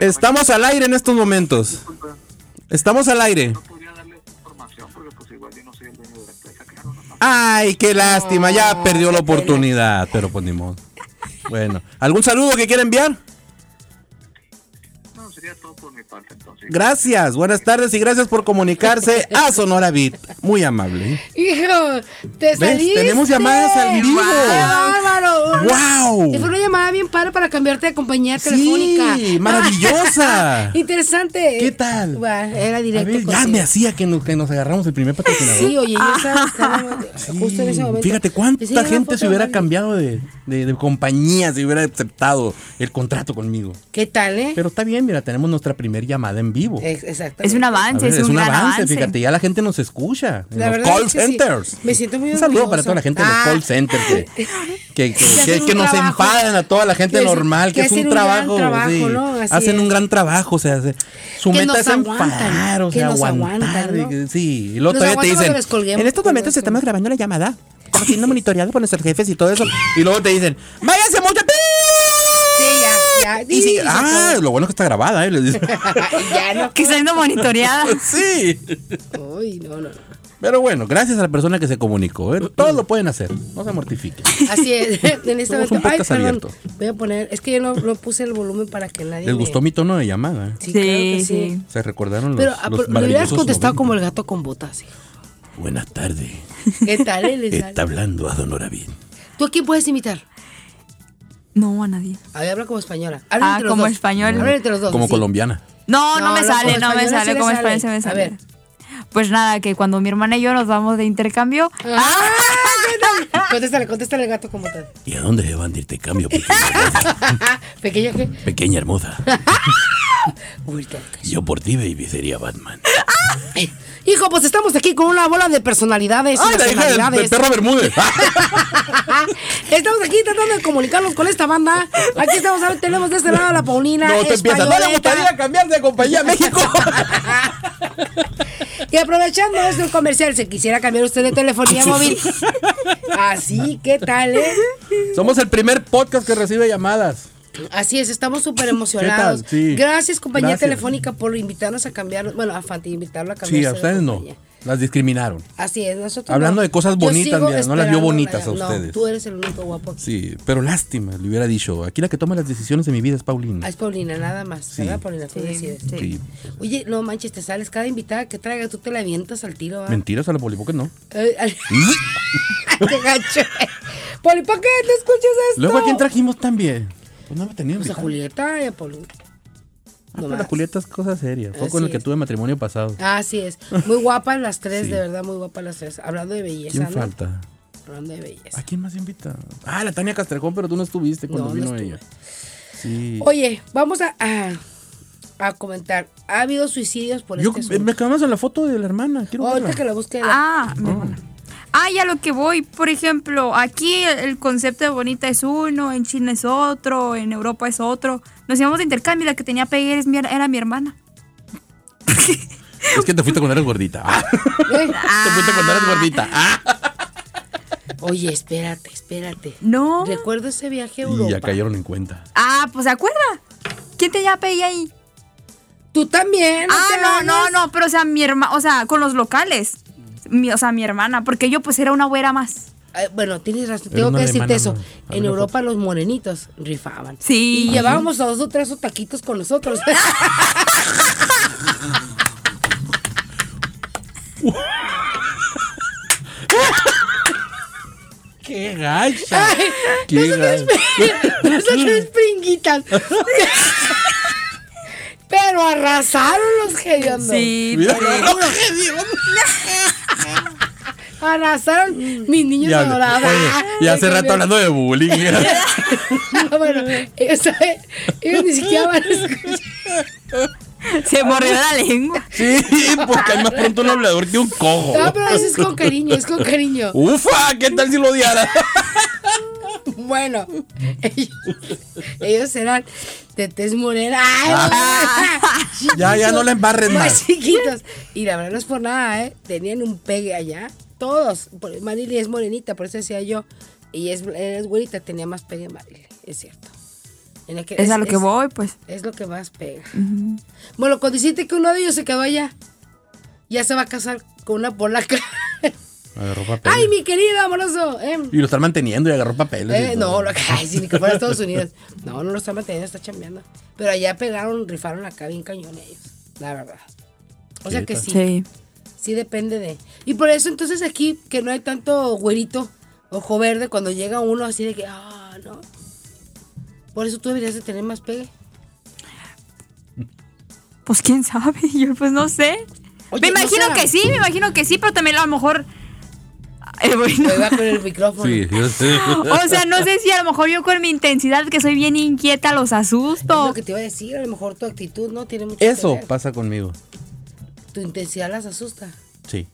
Estamos al aire en estos momentos. Estamos al aire. Ay, qué lástima. Ya perdió la oportunidad, pero pues ni modo. Bueno, ¿algún saludo que quiera enviar? Gracias, buenas tardes y gracias por comunicarse a Sonora Beat. Muy amable. ¿eh?
Hijo, te saliste.
Tenemos llamadas al vivo.
¡Qué bárbaro!
¡Wow!
Y fue una llamada bien padre para cambiarte de compañía
Sí,
telefónica.
maravillosa.
Interesante.
¿Qué tal?
Bueno, era
A
directo.
ver, ya
contigo.
me hacía que nos, que nos agarramos el primer patrocinador.
Sí, oye, yo estaba, estaba justo en ese
Ah, Sí,
momento.
Fíjate cuánta
Sí, una
gente se
foto
hubiera
de Marilyn.
cambiado de, de- de compañía si hubiera aceptado el contrato conmigo.
¿Qué tal, eh?
Pero está bien, mira, tenemos nuestra primera llamada en vivo.
Ex- Exacto.
Es un
A
avance,
ver,
es, un, gran avance.
fíjate, ya la gente nos escucha. En
La
los
verdad
call
es que sí.
centers.
Me siento muy
Un saludo
orgullosa.
para toda la gente
Ah.
de los call centers. que- Que, que, que-
hacen un
que nos
trabajo.
empadan a toda la gente
Que hacen-
normal, que,
que
es un
hacen un gran
trabajo.
trabajo,
sí.
¿no? Así
Hacen un
es.
gran trabajo, o sea, se- su
Que
meta
nos
es
aguantan,
enfadar, o
que
sea,
nos
aguantar.
aguantan,
y-
¿no?
Sí, y luego
Nos
todavía te
aguantan
dicen,
cuando les colguemos,
en estos
todo
momentos
eso".
estamos grabando la llamada, estamos siendo monitoreados por nuestros jefes y todo eso. Y luego te dicen, váyanse mucho.
Sí, ya, ya.
Y sí,
Y se
ah, lo bueno que está grabada, ¿eh? Les dicen.
ya no.
Que está siendo monitoreada.
sí.
Uy, no, no. no.
Pero bueno, gracias a la persona que se comunicó. ¿eh?
Uh,
Todos lo pueden hacer. No se mortifiquen.
Así es. en este
Somos
momento.
un
Ay,
podcast
perdón.
abierto.
Voy a poner. Es que yo no, no puse el volumen para que nadie.
Les
me-
gustó mi tono de llamada. ¿eh?
Sí, claro que sí.
Se recordaron los,
Pero ah,
los
pero le hubieras
maravillosos
contestado como el
90.
gato con botas. hijo.
Buenas tardes.
¿Qué tal, eh, Lizardo?
Está hablando a Don Oravid.
¿Tú a quién puedes imitar?
No, a nadie.
A ver, habla como española.
Ah, como español.
Habla entre los dos.
Como
sí.
colombiana.
No, no,
No,
me
no,
sale,
como
no me
española sí
sale,
le
como
sale.
español se me
A
sale.
ver.
Pues nada, que cuando mi hermana y yo nos vamos de intercambio.
Ah, no, no. Contéstale, contéstale al gato con botas.
¿Y a dónde se van de este cambio? Pequeña,
Pequeña que.
pequeña hermosa.
Uy, qué-
Yo por ti, baby, sería Batman.
Ay, Hijo, pues estamos aquí con una bola de personalidades. y
¡Ay, la hija del- del
nacionalidades.
perro Bermúdez! Ah,
Estamos aquí tratando de comunicarnos con esta banda. Aquí estamos, a ver, tenemos de este lado a la Paulina.
No te empiezas. ¿No
españoleta.
le gustaría cambiar de compañía a México?
Y aprovechando este comercial, se quisiera cambiar usted de telefonía móvil. Así, ¿qué tal, eh?
Somos el primer podcast que recibe llamadas.
Así es, estamos súper emocionados.
¿Qué tal? Sí.
Gracias, compañía
Gracias.
telefónica, por invitarnos a cambiar. Bueno, a Fati, invitarlo a cambiar.
Sí, a ustedes no. Las discriminaron.
Así es, nosotros.
Hablando
no.
de cosas
Yo
bonitas,
sigo
mira, no las vio
esperando
bonitas
la-
a
no,
ustedes.
tú eres el único guapo aquí.
Sí, pero lástima, le hubiera dicho. Aquí la que toma las decisiones de mi vida es
Ah,
Paulina.
es Paulina, nada más.
Sí.
¿Verdad, Paulina? Tú decides.
Sí.
Oye, no manches, te sales. Cada invitada que traiga, tú te la avientas al tiro. ¿ah?
Mentiras a la polipoca, no.
Ay, ay. Qué gacho. Poli, ¿por qué te escuchas esto?
Luego, ¿a quién trajimos también? Pues no me tenía
Pues a
invitada.
Julieta y a Poli.
Ah,
No
pero la
más.
Julieta es cosa seria. Fue con
Así
el que
es. Ah,
tuve matrimonio pasado.
Así es. Muy guapas las tres,
Sí.
de verdad, muy guapas las tres. Hablando de belleza,
¿Quién
¿no?
falta?
Hablando de belleza.
¿A quién más invita? Ah, la Tania Castrejón, pero tú no estuviste cuando
No, no
vino
estuve.
ella. Sí.
Oye, vamos a, a, a comentar. ¿Ha habido suicidios por
Yo,
este
eh,
asunto?
me quedamos en la foto de la hermana. Quiero
Ahorita
verla.
que la busque.
Ah, mi hermana. Ah, ya lo que voy, por ejemplo, aquí el- el concepto de bonita es uno, en China es otro, en Europa es otro. Nos íbamos de intercambio y la que tenía pegue es mi- era mi hermana.
Es que te fuiste cuando eras gordita. Ah,
¿Eh?
te fuiste cuando eras gordita. Ah.
Oye, espérate, espérate.
No.
Recuerdo ese viaje a
Y ya
Europa.
cayeron en cuenta.
Ah, pues se acuerda. ¿Quién tenía pegue ahí?
Tú también.
Ah,
te
no, no,
hagas.
no, pero o sea, mi hermana, o sea, con los locales. Mi- o sea, mi hermana, porque yo pues era una güera más.
eh, bueno, tienes razón,
Era
tengo
una
que decirte
alemana,
eso.
¿no? A
En
ver,
Europa los morenitos rifaban.
Sí.
Y llevábamos a dos o tres taquitos con nosotros.
¡Qué gacha! ¡Qué gacha!
Nosotros tres pringuitas. Pero arrasaron los hediondos.
Sí,
Mira,
Arrasaron mis niños
ya,
adorados.
oye, y hace
Ay,
rato
qué
hablando de bullying.
bien. No, bueno, ellos, ¿sabe? ellos ni siquiera van a escuchar.
se mordió la lengua.
sí, porque hay más pronto un hablador que un cojo.
No, pero eso es con cariño, es con cariño.
¡Ufa! ¿Qué tal si lo odiara?
Bueno, ellos, ellos eran de tez morena. Ay,
Ah.
bueno.
Ya, ya no la embarren
Más
más.
chiquitos. Y la verdad no es por nada, ¿eh? Tenían un pegue allá. Todos. Por- Marily es morenita, por eso decía yo. Y es, es güerita, tenía más pegue Marily. Es cierto. En aquel-
Es a lo que voy, pues.
Es lo que más pega. Bueno, cuando hiciste que uno de ellos se quedó allá, ya se va a casar con una polaca.
Agarró papel.
¡Ay, mi querido amoroso! ¿eh?
Y lo están manteniendo y agarró papel.
Eh, no, lo, ay, sí, ni que fuera a Estados Unidos. No, no lo está manteniendo, está chambeando. Pero allá pegaron, rifaron acá bien cañón ellos, la verdad. O sea que sí, sí,
Sí.
depende de. Y por eso entonces aquí que no hay tanto güerito, ojo verde, cuando llega uno así de que, ah, no. Por eso tú deberías de tener más pegue.
Pues quién sabe, yo pues no sé.
Oye,
me
no
imagino
será.
que sí, me imagino que sí, pero también a lo mejor. Eh, bueno.
Me va con el micrófono.
Sí, yo sé.
O sea, no sé si a lo mejor yo con mi intensidad, que soy bien inquieta, los
Es lo
asusto.
que te iba a decir, a lo mejor tu actitud no tiene mucho que
Eso
ver.
pasa conmigo.
Tu intensidad las asusta.
Sí.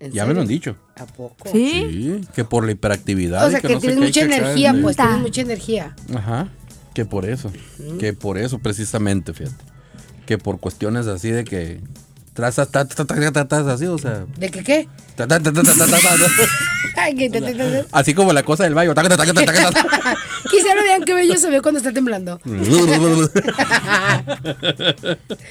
¿En
Ya me lo han
serio?
dicho.
¿A poco?
Sí.
Sí, que por la hiperactividad.
O
y
sea, que,
no sé
tienes
qué,
mucha
que acá,
energía,
¿no?
pues,
Puta.
tienes mucha energía.
Ajá. Que por eso. Que por eso, precisamente, fíjate. Que por cuestiones así de que. Trazas, ta- ta- ta- ta- ta- ta- así, o sea.
¿De qué qué?
ta- ta- ta- ta- ta- ta- ta- ta-
Ay, que te- te- te- te-
Así como la cosa del baño. ta- ta- ta- ta- ta- ta- ta-
Quizá no vean qué bello se ve cuando está temblando.
Mm.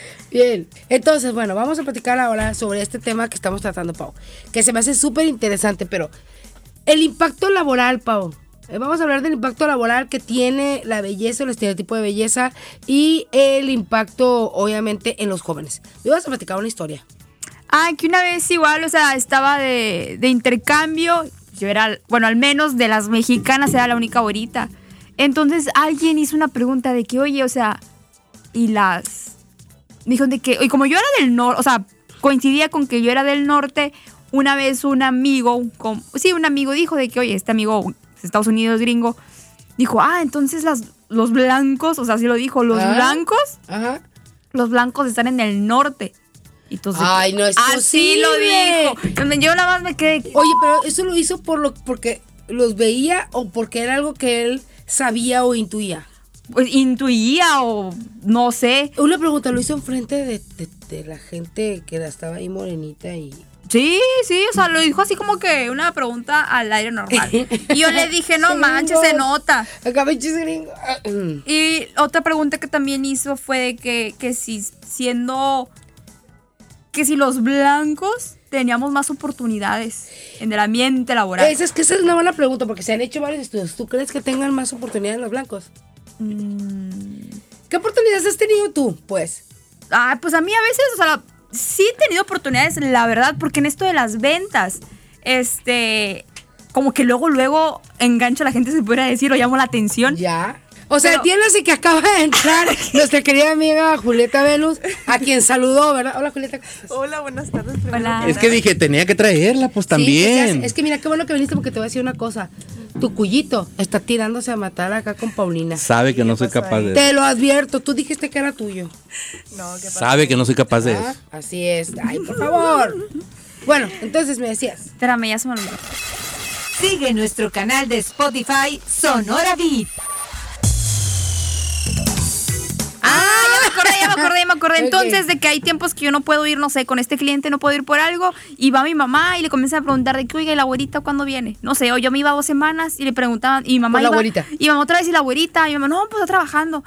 Bien. Entonces, bueno, vamos a platicar ahora sobre este tema que estamos tratando, Pau. Que se me hace súper interesante, pero el impacto laboral, Pau. Eh, Vamos a hablar del impacto laboral que tiene la belleza, el estereotipo de belleza y el impacto, obviamente, en los jóvenes. Me vas a platicar una historia.
Ah, que una vez igual, o sea, estaba de, de intercambio. Yo era, bueno, al menos de las mexicanas era la única ahorita. Entonces alguien hizo una pregunta de que, oye, o sea, y las. Me dijeron de que, y como yo era del norte, o sea, coincidía con que yo era del norte, una vez un amigo, un com- sí, un amigo dijo de que, oye, este amigo de Estados Unidos gringo, dijo, ah, entonces las, los blancos, o sea, así lo dijo, los
Ah.
blancos
Ajá.
los blancos están en el norte. Y tú
Ay, no es
Así lo
posible.
dijo. Entonces, Yo nada más me quedé.
Oye, pero eso lo hizo por lo, porque los veía o porque era algo que él sabía o intuía.
pues, intuía o no sé.
Una pregunta, ¿lo hizo enfrente de, de- de la gente que la estaba ahí morenita y...
Sí, sí, o sea, lo dijo así como que una pregunta al aire normal. Y yo le dije, no manches, se nota.
Acá pinches gringo. Ah, mm.
Y otra pregunta que también hizo fue de que, que si siendo. que si los blancos teníamos más oportunidades en el ambiente laboral.
Esa es que esa es una buena pregunta porque se han hecho varios estudios. ¿Tú crees que tengan más oportunidades los blancos? ¿Qué oportunidades has tenido tú, pues?
Ah, pues a mí a veces, o sea, la- sí he tenido oportunidades, la verdad, porque en esto de las ventas, este, como que luego, luego engancho a la gente, se pudiera decir, o llamo la atención.
Ya. O sea,
Pero-
entiéndase que acaba de entrar nuestra querida amiga Julieta Venus, a quien saludó, ¿verdad? Hola, Julieta. pues, ¿cómo estás?
Hola, buenas tardes. primero
Hola.
nada.
Es que dije, tenía que traerla, pues
Sí, sí, sí,
también.
es que mira, qué bueno que viniste porque te voy a decir una cosa. Tu cuyito está tirándose a matar acá con Paulina.
Sabe que no soy capaz de
Te lo advierto, tú dijiste que era tuyo.
No, ¿qué pasa?
Sabe que no soy capaz de
Ah,
eso.
Así es. Ay, por favor. Bueno, entonces me decías.
Espérame, ya se me olvidó.
Sigue nuestro canal de Spotify Sonora Beat.
Ah, ya me acordé, ya me acordé, ya me acordé.
Ok.
Entonces, de que hay tiempos que yo no puedo ir, no sé, con este cliente no puedo ir por algo. Y va mi mamá y le comienza a preguntar de que, oiga, ¿y la abuelita cuándo viene? No sé, o yo me iba dos semanas y le preguntaban, y mi mamá.
Con la
iba-
abuelita.
Y mi mamá otra vez y la abuelita. Y mi mamá, no, pues está trabajando.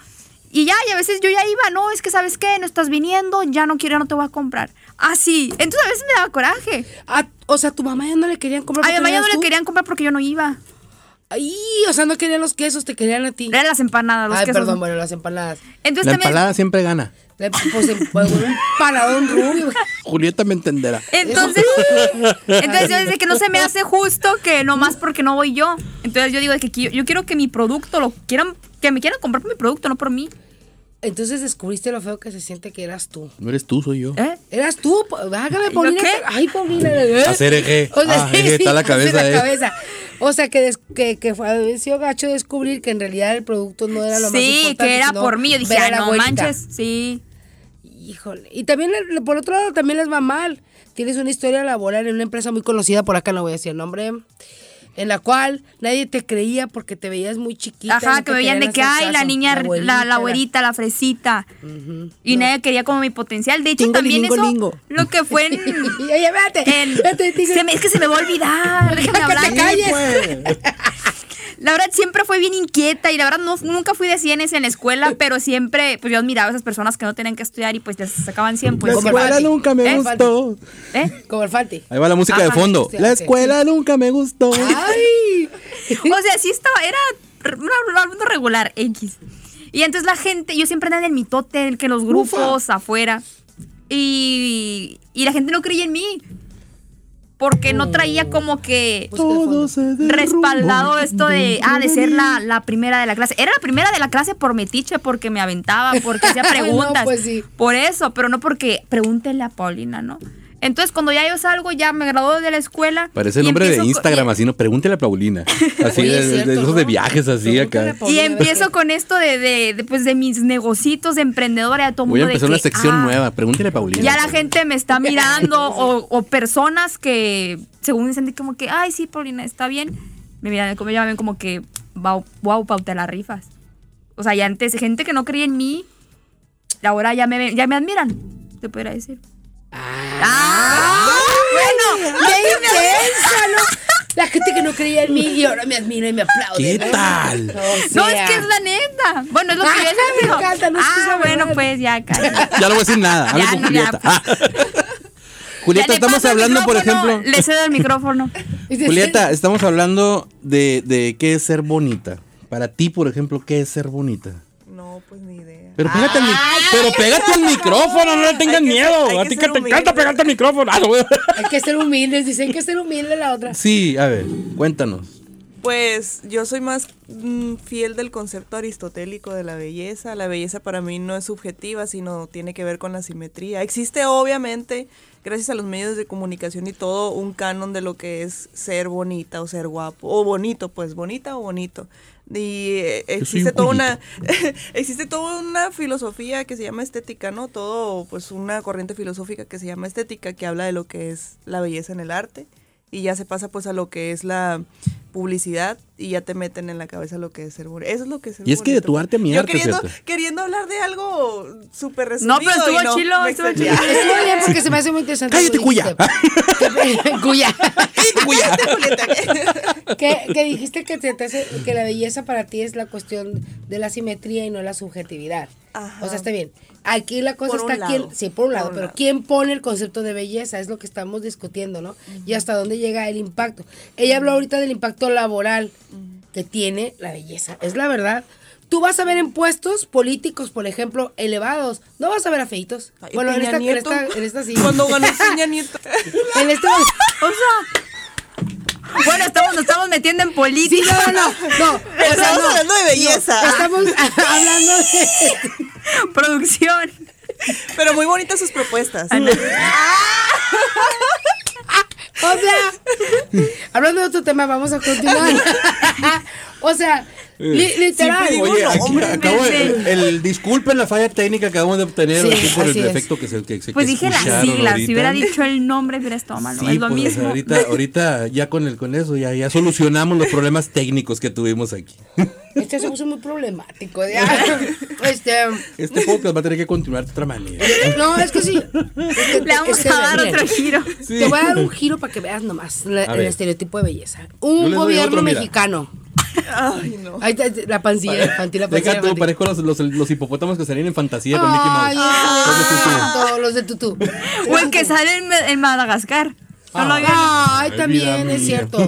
Y ya, y a veces yo ya iba, no, es que sabes qué, no estás viniendo, ya no quiero, ya no te voy a comprar. Así. Entonces a veces me daba coraje.
Ah, o sea, tu mamá ya no le querían comprar.
A mi
porque
mamá Ah, ya no
eras
le
tú.
querían comprar porque yo no iba.
Ay, o sea, no querían los quesos, te querían a ti.
Eran las empanadas, los
Ay,
quesos.
perdón, bueno, las empanadas.
Entonces
La
también.
empalada siempre gana.
Le puse pues, un paladón rubio. güey.
Julieta me entenderá.
Entonces, entonces yo desde que no se me hace justo que nomás porque no voy yo. Entonces yo digo de que qui- yo quiero que mi producto lo quieran, que me quieran comprar por mi producto, no por mí.
Entonces descubriste lo feo que se siente que eras tú.
No eres tú, soy yo.
Ah,
¿Eh?
Eras tú, po- hágame Paulina.
qué?
Ay, Paulina. ¿eh?
Hacer eje. Ah,
sí,
eje,
sí,
está la
hacer
cabeza, eh.
cabeza. O sea, que, des- que, que fue había sido gacho descubrir que en realidad el producto no era lo más
Sí,
importante.
que era
sino
por mí. Yo dije,
ver a
ah,
la
no
abuelita".
manches. Sí.
Híjole. Y también, le- le- por otro lado, también les va mal. Tienes una historia laboral en una empresa muy conocida, por acá no voy a decir el nombre, en la cual nadie te creía porque te veías muy chiquita.
Ajá,
no
que
te
me veían de
querían
que,
hacer
ay, la
caso.
niña, la abuelita, la,
la-
fresita. Y nadie quería como mi potencial. De hecho,
Tingo,
también
lingo,
eso,
lingo.
lo que fue en...
Oye, espérate,
en-
espérate, digo-
se me- es que se me va a olvidar.
Que
déjenme
te
hablar.
calles.
La verdad, siempre fue bien inquieta y la verdad no, nunca fui de cienes en la escuela, pero siempre, pues yo admiraba a esas personas que no tenían que estudiar y pues les sacaban 100. Pues,
la
como
escuela
Barbie.
nunca me
¿Eh?
gustó.
¿Eh?
Como el Fanti.
Ahí va la música de
Ajá,
fondo.
Ah, sí, Ah.
la
ok.
escuela nunca me gustó.
¡Ay!
O sea, sí estaba, era r- un alumno regular, X. Y entonces la gente, yo siempre andaba en el mitote, en que los grupos afuera. Y, y la gente no creía en mí. Porque
Oh.
no traía como que
Pues
Todo se derrumbó.
respaldado esto de, ah, de ser la, la primera de la clase. Era la primera de la clase por metiche, porque me aventaba, porque hacía preguntas.
No, pues sí.
Por eso, pero no porque pregúntenle a Paulina, ¿no? Entonces, cuando ya yo salgo, ya me gradué de la escuela.
Parece
y
el nombre de
empiezo co-
Instagram, así no, pregúntele a Paulina. Así,
Oye,
de,
es
de- de
cierto,
esos
¿no?
de viajes así
Pregúntale
acá.
a
Y
Paulina,
empiezo con esto de, de, de, pues, de mis negocitos de emprendedora de todo
Voy a
mundo de
empezar una
que,
sección
ah,
nueva. Pregúntele a Paulina.
Ya la gente me está mirando o, o personas que según dicen de como que, ay, sí, Paulina, está bien. Me miran como ya me ven como que, wow, wow pauta las rifas. O sea, ya antes gente que no creía en mí, ahora ya me ven, ya me admiran, te podría decir. ¡Ah! bueno,
¡Qué intensa, no! La gente que no creía en mí y ahora me admira y me aplaude.
¿Qué
¿no?
tal?
O
no,
sea,
es que es la neta. Bueno, es lo que yo
Ah,
he
me
dicho.
encanta, no es que sea
Ah, bueno,
verdad.
pues ya, casi.
Ya no voy a decir nada. Habla
Ya,
con
no, ya,
Julieta.
pues.
Ah. Julieta,
Ya le
estamos
paso el
hablando, por
micrófono,
ejemplo.
Le cedo el micrófono.
Dice,
Julieta, estamos hablando de, de qué es ser bonita. Para ti, por ejemplo, ¿qué es ser bonita?
No, pues ni idea.
Pero pégate al, mi- pero pégate al micrófono, no le tengas
que ser-
miedo.
hay
a
que
ti que
ser
te
humilde.
encanta pegarte al micrófono. Ah, no, güey.
Hay que ser humildes, dicen que ser humilde la otra.
sí, a ver, cuéntanos.
Pues yo soy más mm, fiel del concepto aristotélico de la belleza. La belleza para mí no es subjetiva, sino tiene que ver con la simetría. Existe obviamente, gracias a los medios de comunicación y todo, un canon de lo que es ser bonita o ser guapo, o bonito, pues bonita o bonito. Y eh,
soy un
existe toda una existe toda una filosofía que se llama estética, ¿no? Todo pues una corriente filosófica que se llama estética que habla de lo que es la belleza en el arte y ya se pasa pues a lo que es la publicidad y ya te meten en la cabeza lo que es ser bonito. Eso es lo que es ser
Y es que de
bonito.
tu arte a mi
Yo
arte,
queriendo,
fíjate.
queriendo hablar de algo súper resumido
No, pero estuvo
y no,
chilo,
me
estuvo
extendí.
chilo.
Estuvo bien porque se me hace muy interesante.
Cállate,
lo que dijiste. Que- cuya. que, que dijiste que, te- te hace- que la belleza para ti es la cuestión de la simetría y no la subjetividad.
Ajá.
O sea, está bien. Aquí la cosa
Por un
está quién,
lado.
sí, por un
Por
lado,
un
pero
lado.
quién pone el concepto de belleza es lo que estamos discutiendo, ¿no? Y hasta dónde llega el impacto. Ella habló ahorita del impacto laboral que tiene la belleza, es la verdad. Tú vas a ver en puestos políticos, por ejemplo, elevados, no vas a ver a feitos.
Ay,
Bueno, en esta,
Peña
en
Nieto.
esta, en esta sí.
Cuando ganó Peña Nieto.
En este
O sea. Bueno, estamos, nos estamos metiendo en
Sí,
política.
no, no, no. O sea,
Estamos
no.
hablando de belleza.
Estamos hablando de.
Producción.
Pero muy bonitas sus propuestas.
O sea, hablando de otro tema, vamos a continuar. O sea, li- literal.
Eh, Oye, aquí
hombre,
acabo de- el, el- disculpen la falla técnica que acabamos de obtener
Sí,
aquí por el
así es.
defecto que se que, se-
Pues
que
dije las
escucharon
siglas.
ahorita.
Si hubiera dicho el nombre, hubiera estado malo.
Sí,
es lo
pues, o sea,
mismo.
ahorita, ahorita ya con el con eso ya, ya solucionamos los problemas técnicos que tuvimos aquí.
Este se puso muy problemático. ya. Este.
Este podcast va a tener que continuar de otra manera.
No, es que sí. Es que-
Le vamos
es que,
a dar
miren,
otro giro.
Sí.
Te voy a dar un giro para que veas nomás la-
A
el
ver.
estereotipo de belleza.
Yo
Un
les doy
gobierno
otro, mira.
mexicano
Ay, no.
Ahí está, la pancilla infantil, la pancilla
Deja tú,
infantil.
parezco los, los- los hipopótamos que salían en fantasía con Mickey
Ay,
Mouse.
ay, ay, los de tutú.
O el que sale en, en Madagascar. No, lo había-
Ay,
Ay,
también,
vida
es
mía.
cierto.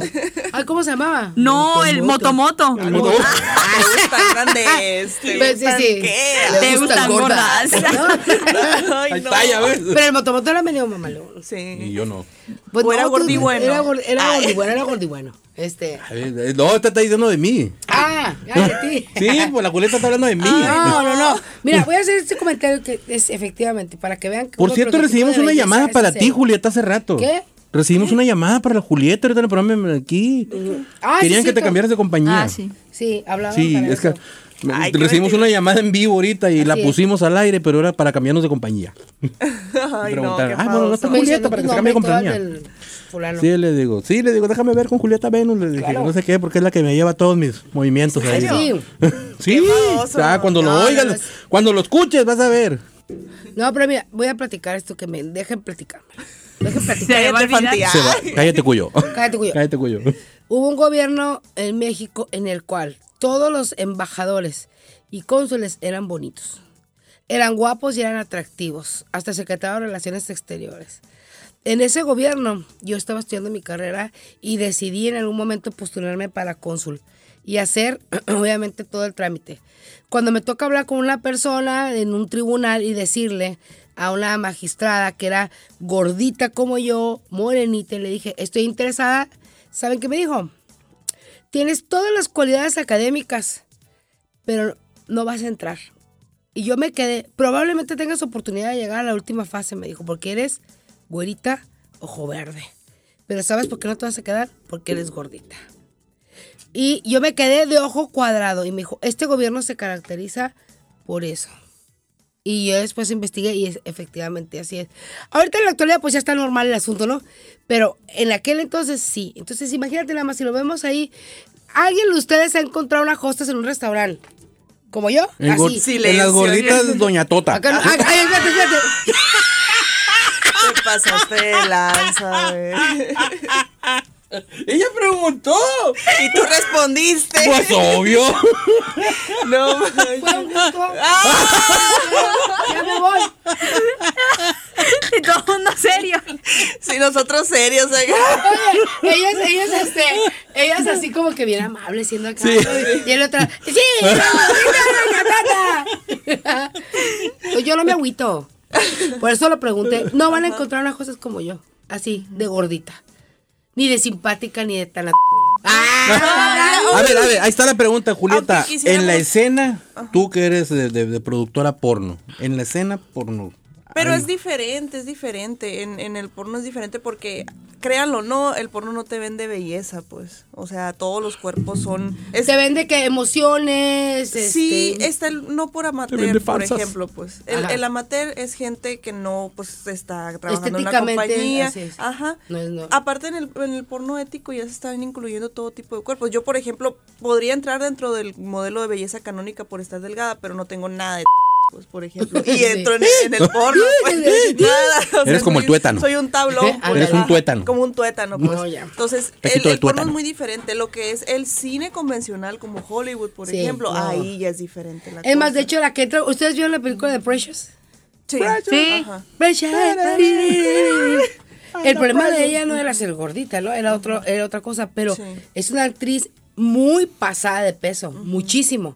Ay, ¿cómo se llamaba?
no el motomoto. Ah.
El moto-
Te gustan grandes. Te
Pero Pues Este, sí,
gustan
sí.
Pues, qué?
Le
Te gustan gordas.
¿No?
Ay,
Ahí
no.
está, ya ves.
Pero el motomoto era medio mamalón.
Y
Sí.
yo no.
Pues
O era
tú-
gordibueno.
Era, gor- era
Ay.
gordibueno, era gordibueno. Este.
A ver, eh, No, te está diciendo de mí.
Ah, ya de ti.
Sí, pues la culeta está hablando de mí.
Ah, No, no, no. Mira, voy a hacer este comentario que es efectivamente para que vean que
Por
uno
cierto,
prototipo
recibimos
de
una
belleza
llamada
es
para
ese.
ti, Julieta, hace rato.
¿Qué?
Recibimos una llamada para la Julieta ahorita en el programa aquí.
Ah, sí,
Querían que
cierto.
te cambiaras de compañía.
Ah, sí.
Sí, hablaba.
Sí,
para
es que
eso.
me-
Ay, qué
recibimos
mentira.
una llamada en vivo ahorita y la
Así es.
pusimos al aire, pero era para cambiarnos de compañía.
Ay, no, qué
Preguntaron, "Ah, bueno, no
baboso.
Me
Julieta,
diciendo
para
tu
que se cambie de
nombre y todo
compañía.
del fulano.
Sí, le digo, sí, le digo, déjame ver con Julieta Venus, le dije, no sé qué, porque es la que me lleva todos mis movimientos ahí.
Sí.
Sí,
baboso.
ah, cuando lo
No, no,
oigas,
no es-
cuando lo escuches vas a ver.
No, pero mira, voy a platicar esto que me dejen platicar. Dejen platicar.
Se va a
Cállate,
olvidar.
Fanti.
Se va. Cállate cuyo.
Cállate, cuyo.
Cállate cuyo.
Hubo un gobierno en México en el cual todos los embajadores y cónsules eran bonitos. Eran guapos y eran atractivos, hasta el secretario de Relaciones Exteriores. En ese gobierno yo estaba estudiando mi carrera y decidí en algún momento postularme para cónsul y hacer obviamente todo el trámite. Cuando me toca hablar con una persona en un tribunal y decirle a una magistrada que era gordita como yo, morenita, y le dije, estoy interesada, ¿saben qué me dijo? Tienes todas las cualidades académicas, pero no vas a entrar. Y yo me quedé, probablemente tengas oportunidad de llegar a la última fase, me dijo, porque eres güerita, ojo verde. Pero ¿sabes por qué no te vas a quedar? Porque eres gordita. Y yo me quedé de ojo cuadrado y me dijo, este gobierno se caracteriza por eso. Y yo después investigué y es, efectivamente así es. Ahorita en la actualidad pues ya está normal el asunto, ¿no? Pero en aquel entonces sí. Entonces imagínate nada más, si lo vemos ahí, alguien de ustedes ha encontrado una hostas en un restaurante, como yo,
En, gor-
así.
en las
Silencio.
gorditas Doña Tota.
Acá no- ay, ay, espérate, espérate.
Te pasaste de lanza, güey.
Ella preguntó.
Y tú respondiste.
Pues obvio.
No, manches.
Fue un gusto. Ya me voy.
Y todo el mundo serio.
si nosotros serios, oiga.
Oye, ellas, ellas, este, ellas así como que bien amables siendo acá.
Sí.
Y el otro, ¡sí! no, sí, no, no, no, no". Pues yo no me agüito. Por eso lo pregunté. No van a encontrar unas cosas como yo, así, de gordita. Ni de simpática, ni de tan a- ¡Ah!
A ver, a ver, ahí está la pregunta, Julieta.
Aunque quisiéramos-
En la escena, tú que eres de, de- de productora porno, en la escena porno.
Pero
ay,
es diferente, es diferente. En, en el porno es diferente porque, créanlo o no, el porno no te vende belleza, pues. O sea, todos los cuerpos son. es-
Se vende que emociones. Este,
Sí, está el no por
vende
amateur, por
falsas.
ejemplo, pues. El,
Ajá.
el amateur es gente que no, pues, está trabajando en una
Estéticamente,
compañía.
así es.
Ajá.
No es no.
Aparte, en el, en el porno ético ya se están incluyendo todo tipo de cuerpos. Yo, por ejemplo, podría entrar dentro del modelo de belleza canónica por estar delgada, pero no tengo nada de... Pues, por ejemplo. Y
Sí.
entro en, el- en el porno. pues, nada, o sea,
Eres como el
soy-
tuétano.
Soy un tablón.
Eres
pues,
un
ajá,
tuétano.
Como un tuétano, pues.
No, ya.
Entonces, el,
Taquito de
el porno es
tuétano.
muy diferente. Lo que es el cine convencional, como Hollywood, por
Sí,
ejemplo,
no.
ahí ya es diferente la
Es más,
cosa.
de hecho, la que entra. ¿Ustedes vieron la película de Precious?
Sí.
Sí.
Ajá.
Precious. El problema de ella no era ser gordita, ¿no? Era, otro, era otra cosa, pero
Sí.
es una actriz muy pasada de peso, muchísimo.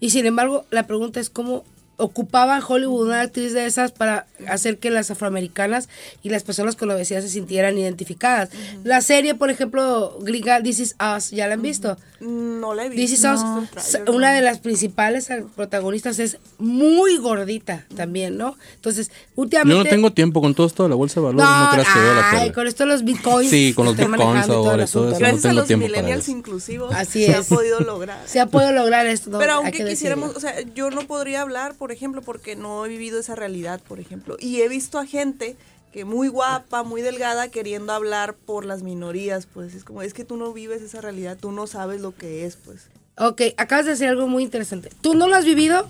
Y sin embargo, la pregunta es cómo ocupaba Hollywood una actriz de esas para hacer que las afroamericanas y las personas con obesidad se sintieran identificadas. La serie, por ejemplo, gringa This Is Us, ¿ya la han visto?
No la he
This Is
visto.
Us,
No.
s- una de las principales protagonistas es muy gordita también, ¿no? Entonces, últimamente...
Yo no tengo tiempo con todo esto de la bolsa de valores. No,
No,
creas que veo la
ay,
tele.
con esto los bitcoins.
Sí, con los
que están
bitcoins
manejando y todo el
ahora, todo
asunto, ¿no?
eso.
Gracias
tengo
a los
tiempo para
millennials
eso.
inclusivos
Así
se
es.
ha podido lograr.
Se ha podido lograr esto. ¿no?
Pero
Hay
aunque
que
quisiéramos,
decirlo.
o sea, yo no podría hablar, por ejemplo, porque no he vivido esa realidad, por ejemplo. Y he visto a gente que muy guapa, muy delgada, queriendo hablar por las minorías, pues es como, es que tú no vives esa realidad, tú no sabes lo que es, pues.
Ok, acabas de decir algo muy interesante. Tú no lo has vivido,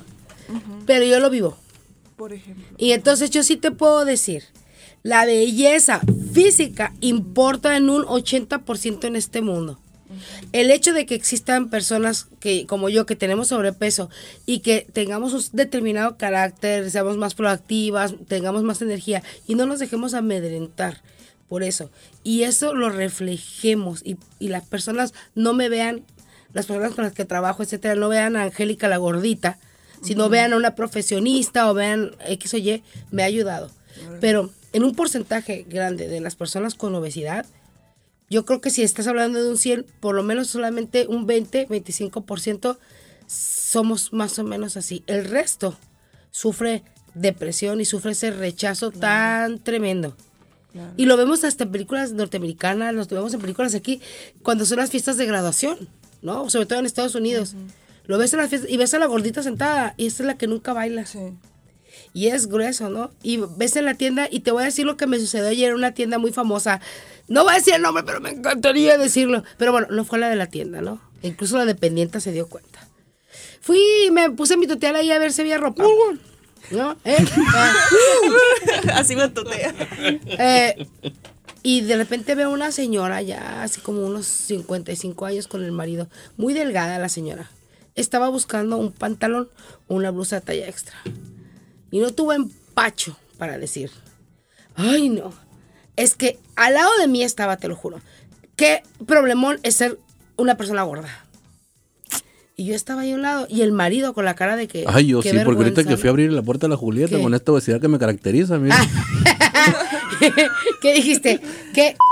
pero yo lo vivo.
Por ejemplo.
Y entonces yo sí te puedo decir, la belleza física importa en un 80% en este mundo. El hecho de que existan personas que, como yo que tenemos sobrepeso y que tengamos un determinado carácter, seamos más proactivas, tengamos más energía y no nos dejemos amedrentar por eso. Y eso lo reflejemos y, y las personas no me vean, las personas con las que trabajo, etcétera, no vean a Angélica la gordita, sino vean a una profesionista o vean X o Y, me ha ayudado. Pero en un porcentaje grande de las personas con obesidad, yo creo que si estás hablando de un 100, por lo menos solamente un 20, 25% somos más o menos así. El resto sufre depresión y sufre ese rechazo tan tremendo. Y lo vemos hasta en películas norteamericanas, lo vemos en películas aquí, cuando son las fiestas de graduación, ¿no? Sobre todo en Estados Unidos. Lo ves en las fiestas y ves a la gordita sentada y esta es la que nunca baila. Y es grueso, ¿no? Y ves en la tienda y te voy a decir lo que me sucedió ayer en una tienda muy famosa. No voy a decir el nombre, pero me encantaría decirlo. Pero bueno, no fue la de la tienda, ¿no? E Incluso la dependiente se dio cuenta. Fui y me puse mi tuteal ahí a ver si había ropa. ¿No? ¿Eh? Ah.
Así me tutea.
Eh, y de repente veo una señora ya, así como unos 55 años con el marido, muy delgada la señora. Estaba buscando un pantalón o una blusa talla extra. Y no tuvo empacho para decir, ay no, es que al lado de mí estaba, te lo juro, qué problemón es ser una persona gorda. Y yo estaba ahí a un lado, y el marido con la cara de que...
Ay, yo
qué
sí, porque ahorita
vergüenza,
que fui
¿no?
a abrir la puerta de la
¿Qué?
Julieta
Ah.
con esta obesidad que me caracteriza, mira.
¿Qué dijiste? ¿Qué?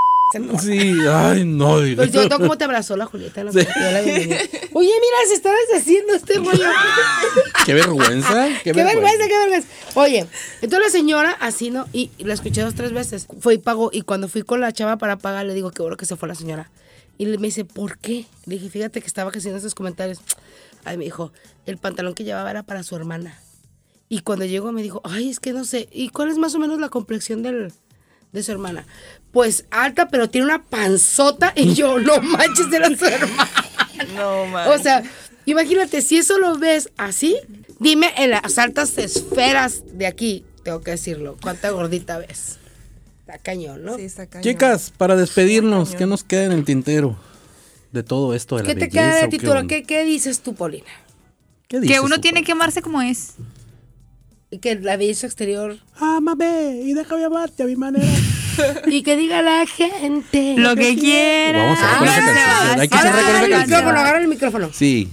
Sí, ay, no, dije.
Pero sobre todo Pues cómo te abrazó la Julieta. ¿no? Cuando te dio la bienvenida. Oye, mira, se está deshaciendo este rollo.
Qué vergüenza.
qué vergüenza, qué vergüenza. Oye, entonces la señora así, ¿no? Y la escuché dos, tres veces. Fue y pagó. Y cuando fui con la chava para pagar, le digo, qué bueno que se fue la señora. Y le- me dice, ¿por qué? Le dije, fíjate que estaba haciendo esos comentarios. Ay, me dijo, el pantalón que llevaba era para su hermana. Y cuando llegó me dijo, ay, es que no sé, ¿y cuál es más o menos la complexión del, de su hermana? Pues alta, pero tiene una panzota y yo, no manches, era su hermana.
No
O
manches.
sea, imagínate, si eso lo ves así, dime en las altas esferas de aquí, tengo que decirlo, cuánta gordita ves. Está cañón, ¿no?
Sí, está cañón.
Chicas, para despedirnos, ¿qué nos queda en el tintero de todo esto de la
¿Qué te
belleza
queda de
o qué
título?
onda?
¿Qué, ¿Qué dices tú, Paulina?
¿Qué
Que
dices
uno
tú,
tiene que amarse como es.
Y que la belleza exterior.
Ámame y déjame amarte a mi manera.
Y que diga la gente.
Lo que quiera.
Vamos a
con esa
canción. Hay que
Ahora
cerrar con
agarra
esa
el
canción.
micrófono, agarra el micrófono.
Sí.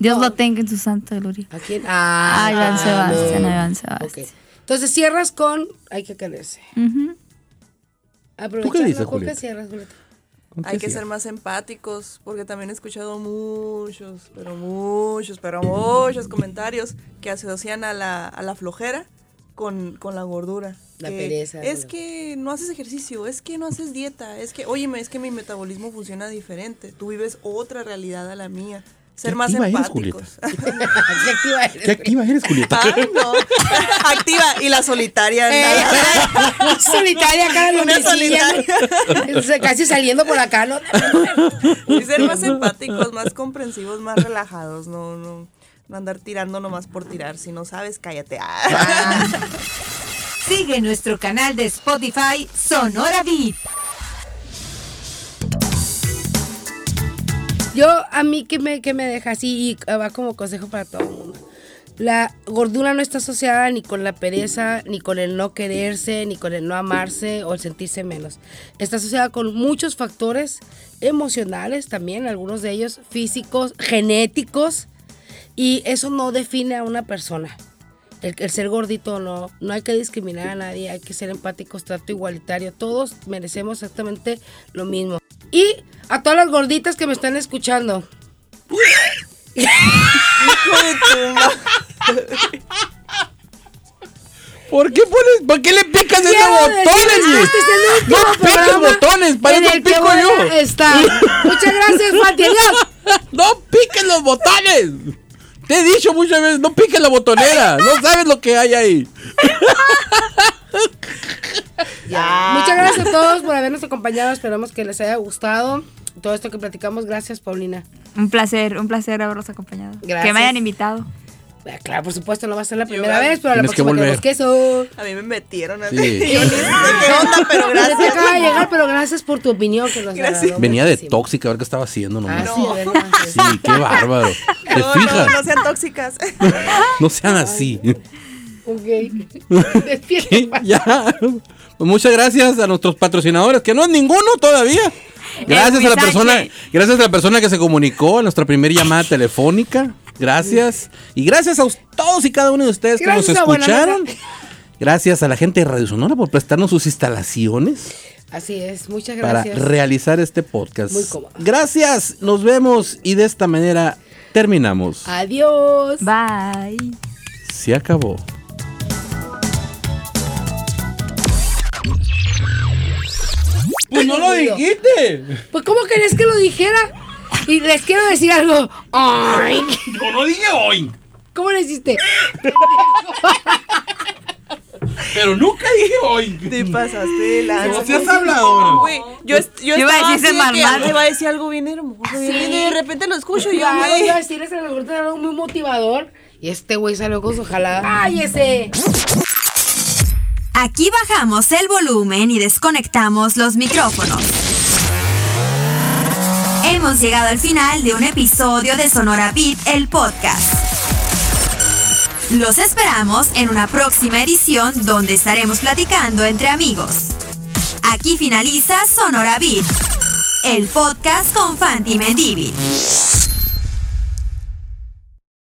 Dios lo tenga en su santa gloria.
¿A quién?
A Iván
amén.
Sebastián, a Iván Sebastián.
ah, Ok. Entonces cierras con hay que quererse.
Ujú.
Aprovechando, ¿con
dices,
qué
Julieta?
cierras, Julieta?
Hay que ser más empáticos, porque también he escuchado muchos, pero muchos, pero muchos comentarios que asocian a la, a la flojera con, con la gordura.
La
Que
pereza,
Es
¿no?
que no haces ejercicio, es que no haces dieta, es que, óyeme, es que mi metabolismo funciona diferente. Tú vives otra realidad a la mía. Ser
¿Qué
más
activa eres,
empáticos.
Así activa eres.
¿Qué activa eres, Julieta?
Ah, no. Activa y la solitaria.
Eh,
nada.
una solitaria acá en la
Una
lombricilla, ¿no? Se- Casi saliendo por acá, ¿no?
Y ser más empáticos, más comprensivos, más relajados, no, no, no andar tirando nomás por tirar. Si no sabes, cállate. Ah.
Sigue nuestro canal de Spotify Sonora Beat.
Yo, a mí que me, que me deja así y eh, va como consejo para todo el mundo. La gordura no está asociada ni con la pereza, ni con el no quererse, ni con el no amarse o el sentirse menos. Está asociada con muchos factores emocionales también, algunos de ellos físicos, genéticos, y eso no define a una persona. El, el ser gordito no, no hay que discriminar a nadie, hay que ser empáticos, trato igualitario. Todos merecemos exactamente lo mismo. Y a todas las gorditas que me están escuchando,
¿Por qué pones, por qué le picas esos botones,
decirles
Liz?
que este es el último
No piques
programa
botones, para
en
eso
el que
pico
voy a
yo.
estar. Muchas gracias, Mati. Adiós.
¡No piques los botones! Te he dicho muchas veces, no piques la botonera. No sabes lo que hay ahí.
Muchas gracias a todos por habernos acompañado. Esperamos que les haya gustado todo esto que platicamos. Gracias, Paulina.
Un placer, un placer haberlos acompañado.
Gracias.
Que me hayan invitado.
Ah, Claro, por supuesto, no va a ser la primera
Yo-
vez, pero la
Tienes que
próxima tenemos
volver.
queso.
A mí me metieron así.
Sí.
Yo ni sé qué onda, pero
Pero te
gracias.
acaba de llegar, pero gracias por tu opinión que nos
Gracias.
agradó
Venía de
muchísimo.
tóxica, a ver qué estaba haciendo
Ah,
nomás.
sí, de verdad.
Sí, qué bárbaro. ¿Te
No,
fijas?
no, no sean tóxicas.
No sean así.
Ok.
¿Qué?
Despierta.
Ya. Pues muchas gracias a nuestros patrocinadores, que no es ninguno todavía. Gracias
El
a la
Luis
persona,
H.
gracias a la persona que se comunicó en nuestra primera llamada telefónica. Gracias. Y gracias a us- todos y cada uno de ustedes que nos
Gracias, abuela,
escucharon. Gracias a la gente de Radio Sonora por prestarnos sus instalaciones
Así es, muchas
para
gracias.
realizar este podcast.
Muy cómodo.
Gracias, nos vemos y de esta manera terminamos.
Adiós.
Bye.
Se acabó. Pues no lo dijiste.
Pues, ¿cómo querés que lo dijera? Y les quiero decir algo. Ay,
Yo no dije hoy.
¿Cómo lo hiciste?
Pero nunca dije hoy.
Te pasaste de lanza.
No seas habladora.
Güey, yo, est- yo
Yo iba a
estaba
decir
así de que,
marmar.
"Ay, va a decir algo bien hermoso.
Ah,
bien lindo", Y de repente lo escucho y yo,
Claro,
"Ay".
iba a decirles a la gorda algo muy motivador. Y este güey salió con su jalada. ¡Cállese!
Aquí bajamos el volumen y desconectamos los micrófonos. Hemos llegado al final de un episodio de Sonora Beat, el podcast. Los esperamos en una próxima edición donde estaremos platicando entre amigos. Aquí finaliza Sonora Beat, el podcast con Fanti Mendivil.